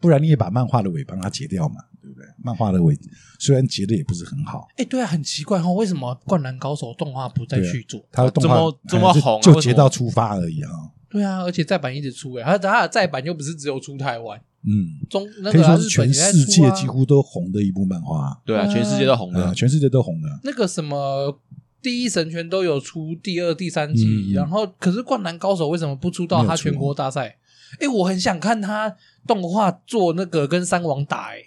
Speaker 2: 不然你也把漫画的尾帮它截掉嘛，对不对？漫画的尾虽然截的也不是很好，
Speaker 1: 哎，对啊，很奇怪哦，为什么《灌篮高手》动画不再
Speaker 2: 啊
Speaker 1: 去做？
Speaker 2: 它的动画
Speaker 3: 这么
Speaker 2: 哎
Speaker 3: 这么
Speaker 2: 就
Speaker 3: 红啊
Speaker 2: 就
Speaker 3: 为什
Speaker 2: 截
Speaker 3: 么
Speaker 2: 到出发而已啊。
Speaker 1: 对啊，而且再版一直出哎，它它的再版又不是只有出台湾，
Speaker 2: 嗯，
Speaker 1: 中那
Speaker 2: 可以
Speaker 1: 个啊
Speaker 2: 说是
Speaker 1: 日本
Speaker 2: 全
Speaker 1: 也在
Speaker 2: 世
Speaker 1: 出
Speaker 2: 界
Speaker 1: 啊，嗯
Speaker 2: 几乎都红的一部漫画啊
Speaker 3: 对啊，全世界都红
Speaker 2: 啊，
Speaker 3: 的，
Speaker 2: 全世界都红的。
Speaker 1: 那个什么。第一神拳都有出第二、第三集，
Speaker 2: 嗯嗯
Speaker 1: 然后可是《灌篮高手》为什么不出到
Speaker 2: 没有
Speaker 1: 他
Speaker 2: 出
Speaker 1: 全国大赛？哎，我很想看他动画做那个跟三王打，哎，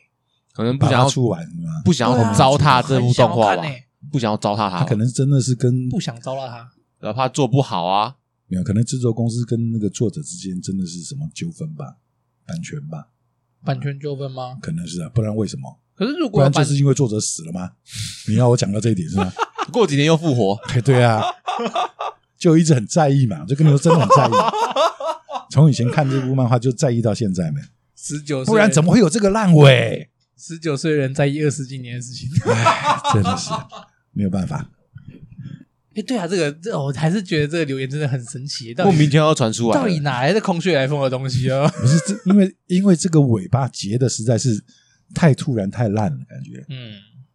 Speaker 3: 可能不
Speaker 2: 把
Speaker 3: 想
Speaker 2: 它
Speaker 3: 要
Speaker 2: 出完是吗？
Speaker 3: 不想
Speaker 1: 对啊
Speaker 3: 要糟蹋这
Speaker 1: 很
Speaker 3: 部
Speaker 1: 想
Speaker 3: 动
Speaker 1: 要
Speaker 3: 画
Speaker 1: 看
Speaker 3: 吧，
Speaker 1: 欸
Speaker 3: 不想要糟蹋
Speaker 2: 他
Speaker 3: 它
Speaker 2: 可，能真的是跟
Speaker 1: 不想糟蹋他。
Speaker 3: 然后怕做不好啊。
Speaker 2: 没有，可能制作公司跟那个作者之间真的是什么纠纷吧，版权吧，
Speaker 1: 版权纠纷吗？
Speaker 2: 可能是啊，不然为什么？
Speaker 1: 可是如
Speaker 2: 不
Speaker 1: 果有
Speaker 2: 然就
Speaker 1: 版
Speaker 2: 是因为作者死了吗？你要我讲到这一点是吗？
Speaker 3: 过几年又复活，
Speaker 2: 对对啊，就一直很在意嘛，我就跟你说真的很在意。从以前看这部漫画就在意到现在没，
Speaker 1: 十九岁，
Speaker 2: 不然怎么会有这个烂尾？
Speaker 1: 十九岁的人在意二十几年的事情？
Speaker 2: 唉，真的是没有办法。
Speaker 1: 哎，对啊，这个这我还是觉得这个留言真的很神奇，到
Speaker 3: 莫
Speaker 1: 底
Speaker 3: 名其妙又传出来
Speaker 1: 到底
Speaker 3: 了。
Speaker 1: 哪来的空穴来风的东西啊？
Speaker 2: 不是这，因为因为这个尾巴结的实在是太突然太烂了，感觉、
Speaker 1: 嗯，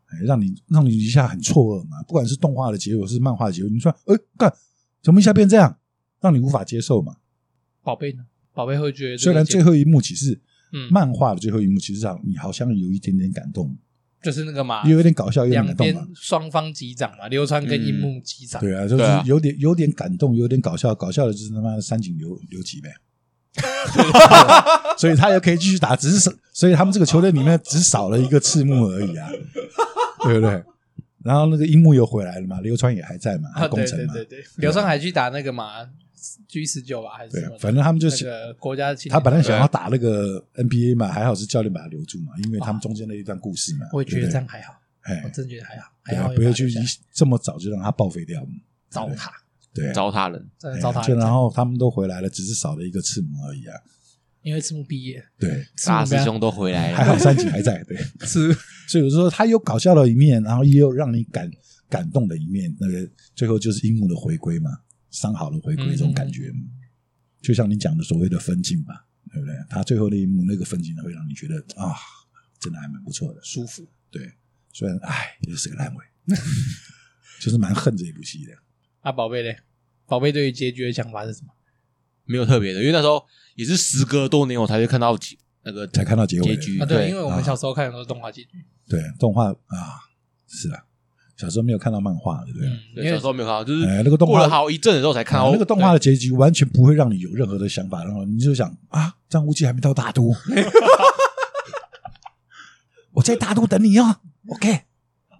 Speaker 2: 哎让你让你一下很错愕嘛。不管是动画的结果，是漫画的结果，你说哎干怎么一下变这样，让你无法接受嘛。
Speaker 1: 宝贝呢？宝贝会觉得这
Speaker 2: 虽
Speaker 1: 个
Speaker 2: 然
Speaker 1: 节
Speaker 2: 最后一幕其实
Speaker 1: 嗯
Speaker 2: 漫画的最后一幕，其实让你好像有一点点感动，
Speaker 1: 就是那个嘛，
Speaker 2: 也有点搞笑，有点
Speaker 1: 啊两
Speaker 2: 感动嘛
Speaker 1: 边。双方击掌嘛，流川跟樱木击掌，
Speaker 2: 对啊，就
Speaker 3: 对啊
Speaker 2: 是有点有点感动，有点搞笑，搞笑的就是他妈的三井留留级 呗。所以他也可以继续打，只是少所以他们这个球队里面只少了一个赤木而已啊，对不对？然后那个樱木又回来了嘛，流川也还在嘛，
Speaker 1: 啊，
Speaker 2: 工
Speaker 1: 对
Speaker 2: 程
Speaker 1: 对
Speaker 2: 嘛，啊
Speaker 1: 对对，流川还去打那个嘛 G 十九吧，还是
Speaker 2: 对
Speaker 1: 什
Speaker 2: 啊
Speaker 1: 么的？
Speaker 2: 反正他们就
Speaker 1: 那
Speaker 2: 是
Speaker 1: 个国家青年
Speaker 2: 他本来想要打那个 NBA 嘛，还好是教练把他留住嘛，因为他们中间那一段故事嘛，
Speaker 1: 我也觉得这
Speaker 2: 对不
Speaker 1: 样还好，
Speaker 2: 对
Speaker 1: 我
Speaker 2: 哎，
Speaker 1: 真觉得还好，还
Speaker 2: 对
Speaker 1: 好
Speaker 2: 啊
Speaker 1: 有
Speaker 2: 不要
Speaker 1: 把
Speaker 2: 去
Speaker 1: 留下
Speaker 2: 一这么早就让他报废掉嘛，
Speaker 1: 糟蹋，
Speaker 2: 对啊，
Speaker 3: 糟蹋人，
Speaker 1: 真
Speaker 2: 哎
Speaker 1: 的
Speaker 2: 呀
Speaker 1: 糟蹋
Speaker 2: 就
Speaker 1: 人
Speaker 2: 然
Speaker 1: 家，
Speaker 2: 后他们都回来了，只是少了一个赤木而已啊，
Speaker 1: 因为赤木毕业，
Speaker 2: 对，
Speaker 1: 赤
Speaker 3: 大
Speaker 1: 木
Speaker 3: 师
Speaker 1: 被他
Speaker 3: 兄都回
Speaker 1: 哎
Speaker 3: 来
Speaker 2: 啊还
Speaker 3: 了，
Speaker 2: 好三井还在，对。
Speaker 1: 赤
Speaker 2: 所以我说他有搞笑的一面，然后也有让你感感动的一面。那个最后就是樱木的回归嘛，伤好的回归
Speaker 1: 嗯
Speaker 2: 这种感觉，就像你讲的所谓的分镜吧，对不对？他最后那一幕那个分镜呢，会让你觉得啊，真的还蛮不错的。
Speaker 1: 舒服，
Speaker 2: 对，虽然唉，也是个烂尾， 就是蛮恨这一部戏的。
Speaker 1: 啊，宝贝嘞，宝贝对于结局的想法是什么？
Speaker 3: 没有特别的，因为那时候也是时隔多年我才会看到几那个
Speaker 2: 才看到结尾
Speaker 3: 结局
Speaker 1: 啊，对，
Speaker 3: 对
Speaker 1: 因为我们小时候看的都是动画结局，
Speaker 2: 对动画啊，是啊，小时候没有看到漫画，对不对？
Speaker 1: 嗯，因
Speaker 3: 对
Speaker 1: 为
Speaker 3: 小时候没有看到，就是
Speaker 2: 哎那个动画
Speaker 3: 过了好一阵子之后才看
Speaker 2: 啊
Speaker 3: 到
Speaker 2: 那个动画的结局，完全不会让你有任何的想法，然后你就想啊，张无忌还没到大都， 我在大都等你哦，OK。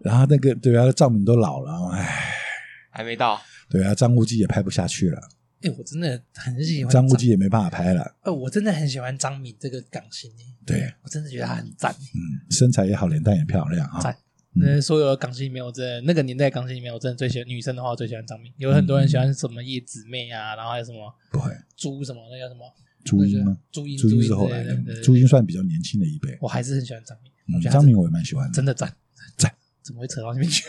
Speaker 2: 然后那个对啊，赵敏都老了，哎，
Speaker 3: 还没到，
Speaker 2: 对啊，张无忌也拍不下去了，
Speaker 1: 哎，我真的很喜欢
Speaker 2: 张无忌，也没办法拍了，
Speaker 1: 呃，我真的很喜欢张敏这个港星耶，
Speaker 2: 对，
Speaker 1: 我真的觉得她很赞耶。
Speaker 2: 嗯，身材也好，脸蛋也漂亮啊
Speaker 1: 赞，那所有的港星里面，我真的那个年代的港星里面，我真的最喜欢女生的话，我最喜欢张敏。有很多人喜欢什么叶子妹啊，然后还有什么
Speaker 2: 不会，
Speaker 1: 朱什么那叫什么
Speaker 2: 朱茵吗？？
Speaker 1: 嗯朱茵，
Speaker 2: 朱
Speaker 1: 茵
Speaker 2: 茵是后来的
Speaker 1: 对对对，
Speaker 2: 朱
Speaker 1: 对
Speaker 2: 茵算比较年轻的一辈，
Speaker 1: 我还是很喜欢张敏。我
Speaker 2: 嗯
Speaker 1: 觉得她
Speaker 2: 张敏我也蛮喜欢的，
Speaker 1: 真的赞
Speaker 2: 赞，
Speaker 1: 怎么会扯到那边去？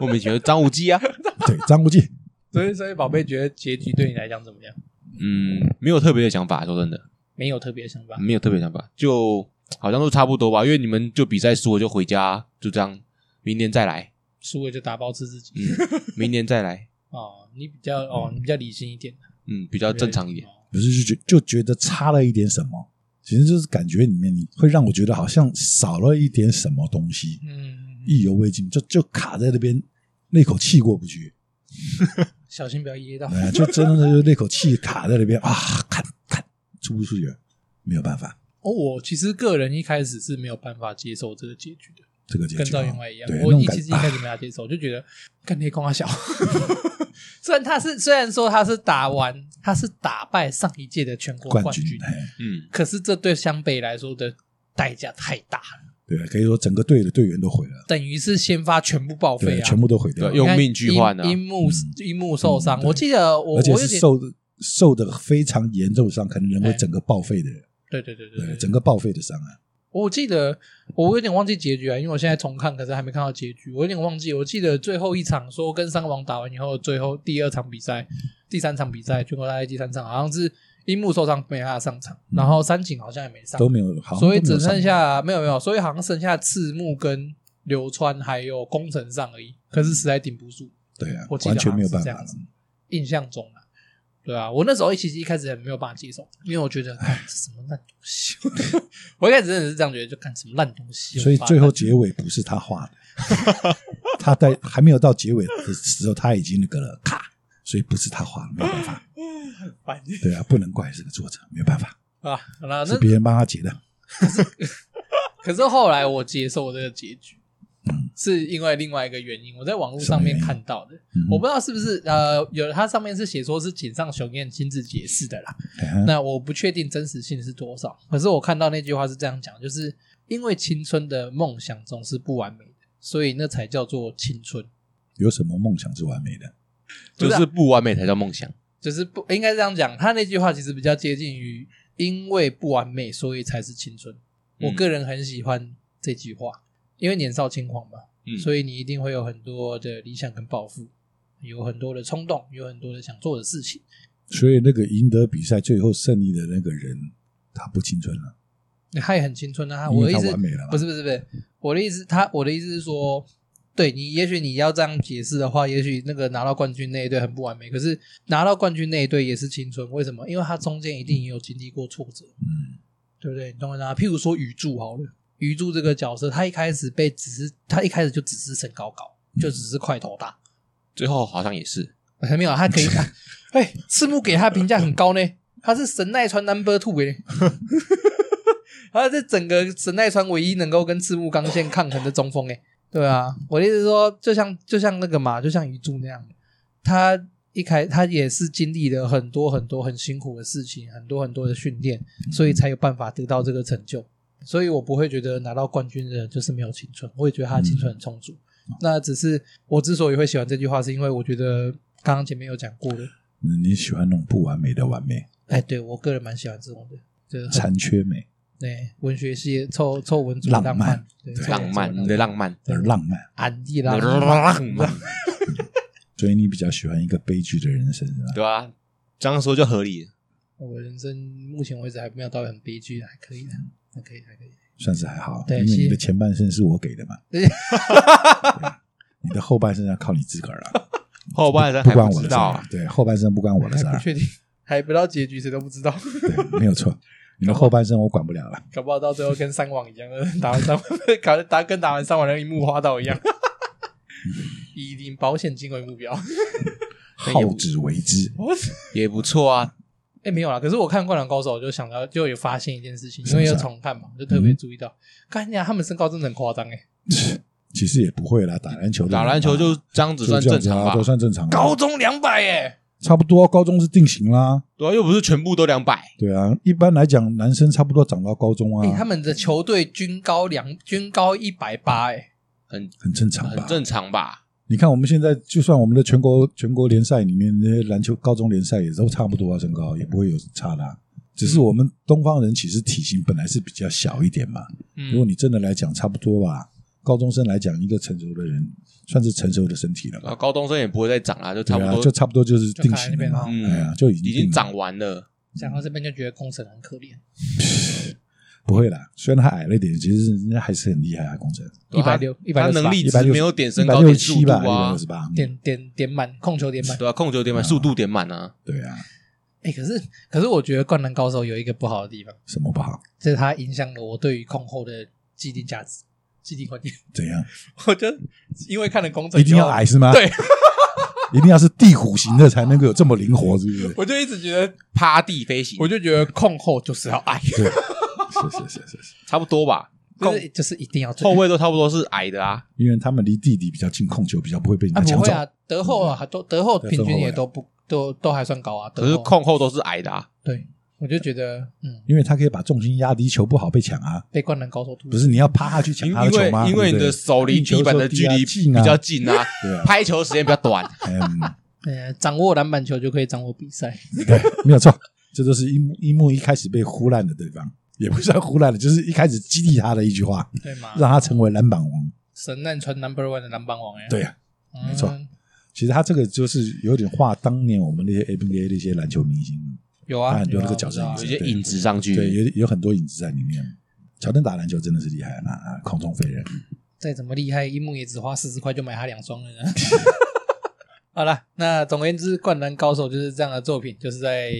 Speaker 3: 我们以前有张无 忌啊，
Speaker 2: 对，张无忌
Speaker 1: 所以，所以宝贝觉得结局对你来讲怎么样？
Speaker 3: 嗯，没有特别的想法，说真的，
Speaker 1: 没有特别的想法，
Speaker 3: 没有特别想法，就好像都差不多吧。因为你们就比赛输了就回家，就这样，明年 再来，
Speaker 1: 输了就打包吃自己。
Speaker 3: 嗯，明年再来，
Speaker 1: 哦，你比较哦，你比较理性一点，
Speaker 3: 嗯，比较正常一点。
Speaker 1: 哦。
Speaker 2: 不是就觉就觉得差了一点什么，其实就是感觉里面你会让我觉得好像少了一点什么东西，
Speaker 1: 嗯，
Speaker 2: 意犹未尽，就就卡在那边，那口气过不去，
Speaker 1: 小心不要噎到。
Speaker 2: 哎呀，就真的是那口气卡在那边啊，看看出不出去，没有办法，
Speaker 1: 哦，我其实个人一开始是没有办法接受这个结局的。
Speaker 2: 这个结局
Speaker 1: 跟赵
Speaker 2: 啊
Speaker 1: 员外一样
Speaker 2: 对，那
Speaker 1: 我
Speaker 2: 种
Speaker 1: 一
Speaker 2: 感啊
Speaker 1: 其实一开始没法接受，我就觉得干天空 啊小。虽然他是虽然说他是打完他是打败上一届的全国
Speaker 2: 冠
Speaker 1: 冠
Speaker 2: 军，
Speaker 1: 军，
Speaker 2: 哎，
Speaker 3: 嗯，
Speaker 1: 可是这对湘北来说的代价太大了，
Speaker 2: 对，啊可以说整个队的队员都毁了，
Speaker 1: 等于是先发全部报废
Speaker 2: 对，
Speaker 1: 啊，
Speaker 2: 全部都毁掉
Speaker 3: 对
Speaker 2: 了，
Speaker 1: 你看
Speaker 3: 用命去换啊
Speaker 1: 樱樱木樱木受伤，
Speaker 2: 嗯对
Speaker 1: 我记得我
Speaker 2: 而
Speaker 1: 我
Speaker 2: 且
Speaker 1: 有
Speaker 2: 是
Speaker 1: 点
Speaker 2: 受受的非常严重伤，可能人会
Speaker 1: 哎
Speaker 2: 整个报废的人，
Speaker 1: 对对对对
Speaker 2: 对，
Speaker 1: 对，
Speaker 2: 整个报废的伤啊，
Speaker 1: 我记得我有点忘记结局啊了，因为我现在重看，可是还没看到结局，我有点忘记。我记得最后一场说跟三王打完以后，最后第二场比赛、第三场比赛，全国大赛第三场好像是樱木受伤没办法上场，然后三井好像也没上，
Speaker 2: 嗯都没有，好像
Speaker 1: 所以
Speaker 2: 都没有
Speaker 1: 只剩
Speaker 2: 上
Speaker 1: 下没有没有，所以好像剩下赤木跟流川还有宫城上而已，可是实在顶不住，
Speaker 2: 对啊，
Speaker 1: 我记得
Speaker 2: 完全没有办
Speaker 1: 好像是这
Speaker 2: 法
Speaker 1: 样。子印象中啊。对啊，我那时候其实一开始很没有办法接受，因为我觉得看什么烂东西， 我一开始真的是这样觉得，就看什么烂东西。
Speaker 2: 所以
Speaker 1: 我发
Speaker 2: 最后
Speaker 1: 烂
Speaker 2: 结尾不是他画的，他在还没有到结尾的时候他已经那个了，咔，所以不是他画的，没有 办法。
Speaker 1: 烦
Speaker 2: 对啊，不能怪这个作者，没有办法，
Speaker 1: 啊！好啦，
Speaker 2: 是
Speaker 1: 那
Speaker 2: 别人帮他截的。
Speaker 1: 可是后来我接受这个结局
Speaker 2: 嗯，
Speaker 1: 是因为另外一个原因，我在网络上面
Speaker 2: 什么原因
Speaker 1: 看到的，
Speaker 2: 嗯
Speaker 1: 我不知道是不是呃，有它上面是写说是井上雄彦亲自解释的啦，
Speaker 2: 哎呀
Speaker 1: 那我不确定真实性是多少，可是我看到那句话是这样讲，就是因为青春的梦想总是不完美的，所以那才叫做青春。
Speaker 2: 有什么梦想是完美的？
Speaker 1: 不
Speaker 3: 就是
Speaker 1: 啊
Speaker 3: 是不完美才叫梦想。
Speaker 1: 就是不应该这样讲，他那句话其实比较接近于因为不完美，所以才是青春。
Speaker 3: 嗯
Speaker 1: 我个人很喜欢这句话，因为年少轻狂嘛，
Speaker 3: 嗯，
Speaker 1: 所
Speaker 3: 以
Speaker 1: 以你一定会有很多的理想跟抱负，有很多的冲动，有很多的想做的事情。
Speaker 2: 所以那个赢得比赛最后胜利的那个人，他不青春了，
Speaker 1: 他也很青春啊，
Speaker 2: 因
Speaker 1: 我的
Speaker 2: 为
Speaker 1: 意
Speaker 2: 他
Speaker 1: 思
Speaker 2: 完美了嘛。
Speaker 1: 不是不是不是，我的意思，他我的意思是说，对你，也许你要这样解释的话，也许那个拿到冠军那一队很不完美，可是拿到冠军那一队也是青春，为什么？因为他中间一定也有经历过挫折，
Speaker 2: 嗯，
Speaker 1: 对不对？你懂我意思吗？譬如说宇柱好了，鱼柱这个角色，他一开始被只是他一开始就只是身高高，就只是块头大，
Speaker 3: 最后好像也是
Speaker 1: 还没有，他可以，啊哎、赤木给他评价很高呢，他是神奈川 Number Two 哎， 他是整个神奈川唯一能够跟赤木刚宪抗衡的中锋哎，对啊，我的意思是说，就像就像那个嘛，就像鱼柱那样，他一开他也是经历了很多很多很辛苦的事情，很多很多的训练，所以才有办法得到这个成就。所以我不会觉得拿到冠军的人就是没有青春，我也觉得他的青春很充足。那只是我之所以会喜欢这句话，是因为我觉得刚刚前面有讲过的，
Speaker 2: 嗯你喜欢那种不完美的完美，
Speaker 1: 哎，对我个人蛮喜欢这种的，就是很
Speaker 2: 残缺美
Speaker 1: 对文学系凑凑文组
Speaker 2: 浪
Speaker 1: 漫，
Speaker 2: 漫
Speaker 1: 对
Speaker 2: 对
Speaker 1: 凑文
Speaker 3: 浪
Speaker 1: 组
Speaker 3: 漫，你的浪漫，
Speaker 2: 而浪漫，
Speaker 1: 安迪
Speaker 3: 浪
Speaker 1: 浪漫，
Speaker 3: 漫，
Speaker 2: 所以你比较喜欢一个悲剧的人生是吧？
Speaker 3: 对啊，这样说就合理了。
Speaker 1: 我人生目前为止还没有到很悲剧，还可以的，还可以，还可以。
Speaker 2: 算是还好，
Speaker 1: 对
Speaker 2: 因为
Speaker 1: 是
Speaker 2: 你的前半生是我给的嘛，
Speaker 1: 对
Speaker 2: 你的后半生要靠你自个儿了，
Speaker 3: 后半生
Speaker 2: 不
Speaker 3: 还
Speaker 2: 关我的
Speaker 3: 知
Speaker 2: 事儿
Speaker 3: 道
Speaker 2: 啊，，对，后半生不关我的
Speaker 1: 还
Speaker 2: 事儿
Speaker 1: 不
Speaker 2: 啊，
Speaker 1: 确定，还不到结局，谁都不知道，
Speaker 2: 对，没有 错，你的后半生我管不了了。
Speaker 1: 搞不好到最后跟三网一样，打完三网， 搞打跟打完三网的樱木花道一样， 以领保险金为目标。
Speaker 2: 好自为之。
Speaker 1: 我
Speaker 3: 也不错啊。
Speaker 1: 哎、没有啦。可是我看《灌篮高手》，就想到就有发现一件事情，因为
Speaker 2: 什
Speaker 1: 要
Speaker 2: 么事啊
Speaker 1: 重看嘛，就特别注意到。看一下他们身高真的很夸张哎，
Speaker 2: 其实也不会啦，打篮球的人
Speaker 3: 打
Speaker 2: 嘛，
Speaker 3: 篮球就这样子算正常吧
Speaker 2: 啊都？算正常。
Speaker 1: 高中两百哎，
Speaker 2: 差不多，高中是定型啦。
Speaker 3: 对啊，又不是全部都两百，
Speaker 2: 对啊，一般来讲，男生差不多长到高中啊，
Speaker 1: 哎，他们的球队均高两均高一百八哎，
Speaker 3: 很
Speaker 2: 很正常吧
Speaker 3: 很？正常吧？
Speaker 2: 你看我们现在，就算我们的全国全国联赛里面那些篮球高中联赛也都差不多啊，身高也不会有差的啊、只是我们东方人其实体型本来是比较小一点嘛，如果
Speaker 1: 嗯，
Speaker 2: 你真的来讲差不多吧，高中生来讲，一个成熟的人算是成熟的身体了
Speaker 3: 然后
Speaker 2: 吧？
Speaker 3: 啊高中生也不会再长啦，就差
Speaker 2: 对
Speaker 3: 不
Speaker 2: 啊，
Speaker 3: 多
Speaker 2: 就差不多就是
Speaker 1: 就
Speaker 2: 定型
Speaker 1: 卡在那边
Speaker 2: 了
Speaker 1: 了
Speaker 2: 嘛
Speaker 1: 啊，
Speaker 3: 嗯
Speaker 2: 哎呀，就已经
Speaker 3: 已
Speaker 2: 定
Speaker 3: 经
Speaker 2: 了
Speaker 3: 长完了。
Speaker 1: 讲到这边就觉得工程很可怜，
Speaker 2: 不会啦，虽然他矮了一点，其实人家还是很厉害啊，工程
Speaker 1: 一百六一百
Speaker 3: 他
Speaker 1: 六十
Speaker 3: 能
Speaker 1: 八
Speaker 3: 力
Speaker 2: 168
Speaker 3: 值没有点身
Speaker 2: 一
Speaker 3: 高
Speaker 2: 百六
Speaker 3: 点
Speaker 2: 十
Speaker 3: 速
Speaker 2: 七
Speaker 3: 度
Speaker 2: 吧，一百
Speaker 3: 啊
Speaker 2: 六，十八，
Speaker 1: 点点点满控球点满。
Speaker 3: 对啊，控球点满，速度点满啊，
Speaker 2: 对啊，
Speaker 1: 哎，可是可是我觉得《灌篮高手》有一个不好的地方，
Speaker 2: 什么不好？
Speaker 1: 就是它影响了我对于控后的既定价值、既定观念。
Speaker 2: 怎样？
Speaker 1: 我就因为看了工程，
Speaker 2: 一啊定要矮是吗？
Speaker 1: 对，
Speaker 2: 一定要是地虎型的才能够有这么灵活，是不是？
Speaker 1: 我就一直觉得，
Speaker 3: 趴地飞行
Speaker 1: 我，就觉得控后就是要 矮，
Speaker 2: 对，是是是是是，
Speaker 3: 差不多吧。
Speaker 1: 就
Speaker 3: 控
Speaker 1: 是就是一定要最
Speaker 3: 后卫都差不多是矮的啊，
Speaker 2: 因为他们离弟弟比较近，控球比较不会被人
Speaker 1: 啊，
Speaker 2: 家
Speaker 1: 不
Speaker 2: 抢
Speaker 1: 会
Speaker 2: 走。
Speaker 1: 啊，德后啊，都德后
Speaker 2: 对
Speaker 1: 平均
Speaker 2: 分后
Speaker 1: 也
Speaker 2: 卫啊
Speaker 1: 都不都都还算高啊。德
Speaker 3: 可是
Speaker 1: 后
Speaker 3: 控后都是矮的啊。
Speaker 1: 对，我就觉得嗯，
Speaker 2: 因为他可以把重心压低，球不好被抢啊！
Speaker 1: 被灌篮高手突
Speaker 2: 不是你要趴下去抢啊他的
Speaker 3: 因因
Speaker 2: 球吗？
Speaker 3: 为因为你
Speaker 2: 对
Speaker 3: 的
Speaker 2: 不对
Speaker 3: 手离地板的距离
Speaker 2: 运球的时候离他近啊
Speaker 3: 比较近啊，
Speaker 2: 对啊
Speaker 3: 拍球时间比较 短。
Speaker 2: 嗯，
Speaker 1: 呃掌握篮板球就可以掌握比赛，
Speaker 2: 对，没有错，这都是一幕一幕一开始被忽烂的对方，也不算忽烂的，就是一开始激励他的一句话，
Speaker 1: 对吗？
Speaker 2: 让他成为篮板王。
Speaker 1: 神奈川 Number One 的篮板王哎，
Speaker 2: 对啊，
Speaker 1: 嗯，
Speaker 2: 没错其实他这个就是有点画当年我们那些 NBA 的一些篮球明星，
Speaker 1: 有啊，
Speaker 2: 他很多
Speaker 1: 有啊
Speaker 2: 那个角色
Speaker 1: 我
Speaker 2: 影
Speaker 1: 知道啊
Speaker 2: 响
Speaker 3: 有一些影子上去，
Speaker 2: 对，有有很多影子在里面。乔丹打篮球真的是厉害啊，空中飞人。
Speaker 1: 再怎么厉害，一木也只花四十块就买他两双了 呢。好了，那总而言之，《灌篮高手》就是这样的作品，就是在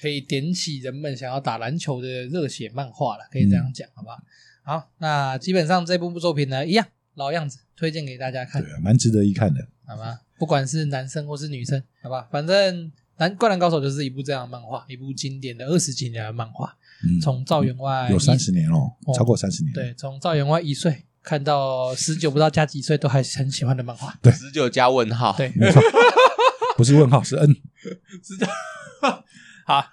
Speaker 1: 可以点起人们想要打篮球的热血漫画了，可以这样讲，好不
Speaker 2: 嗯
Speaker 1: 好？好，那基本上这部作品呢，一样老样子，推荐给大家看
Speaker 2: 对，，啊，蛮值得一看的。
Speaker 1: 好吧？不管是男生或是女生，好吧，反正《男灌篮高手》就是一部这样的漫画，一部经典的二十几年的漫画，
Speaker 2: 嗯，
Speaker 1: 从赵员外
Speaker 2: 有
Speaker 1: 一
Speaker 2: 三十年哦
Speaker 1: 哦，
Speaker 2: 超过三十年。
Speaker 1: 对，从赵员外一岁看到十九不知道加几岁都还很喜欢的漫画。
Speaker 3: 十九加问号。
Speaker 1: 对，
Speaker 2: 没错，不是问号，是 N。
Speaker 1: 好，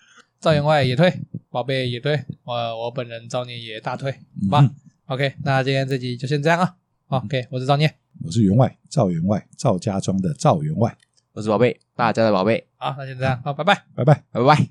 Speaker 1: 赵员外也退，宝贝也退，我我本人赵念也大退，好吧、
Speaker 2: 嗯
Speaker 1: o k 那今天这集就先这样啊。好 OK，我是赵念，
Speaker 2: 我是员外，赵员外，赵家庄的赵员外。
Speaker 3: 我是宝贝，大家的宝贝，
Speaker 1: 好，那先这样，好，拜拜。
Speaker 2: 拜拜。
Speaker 3: 拜拜。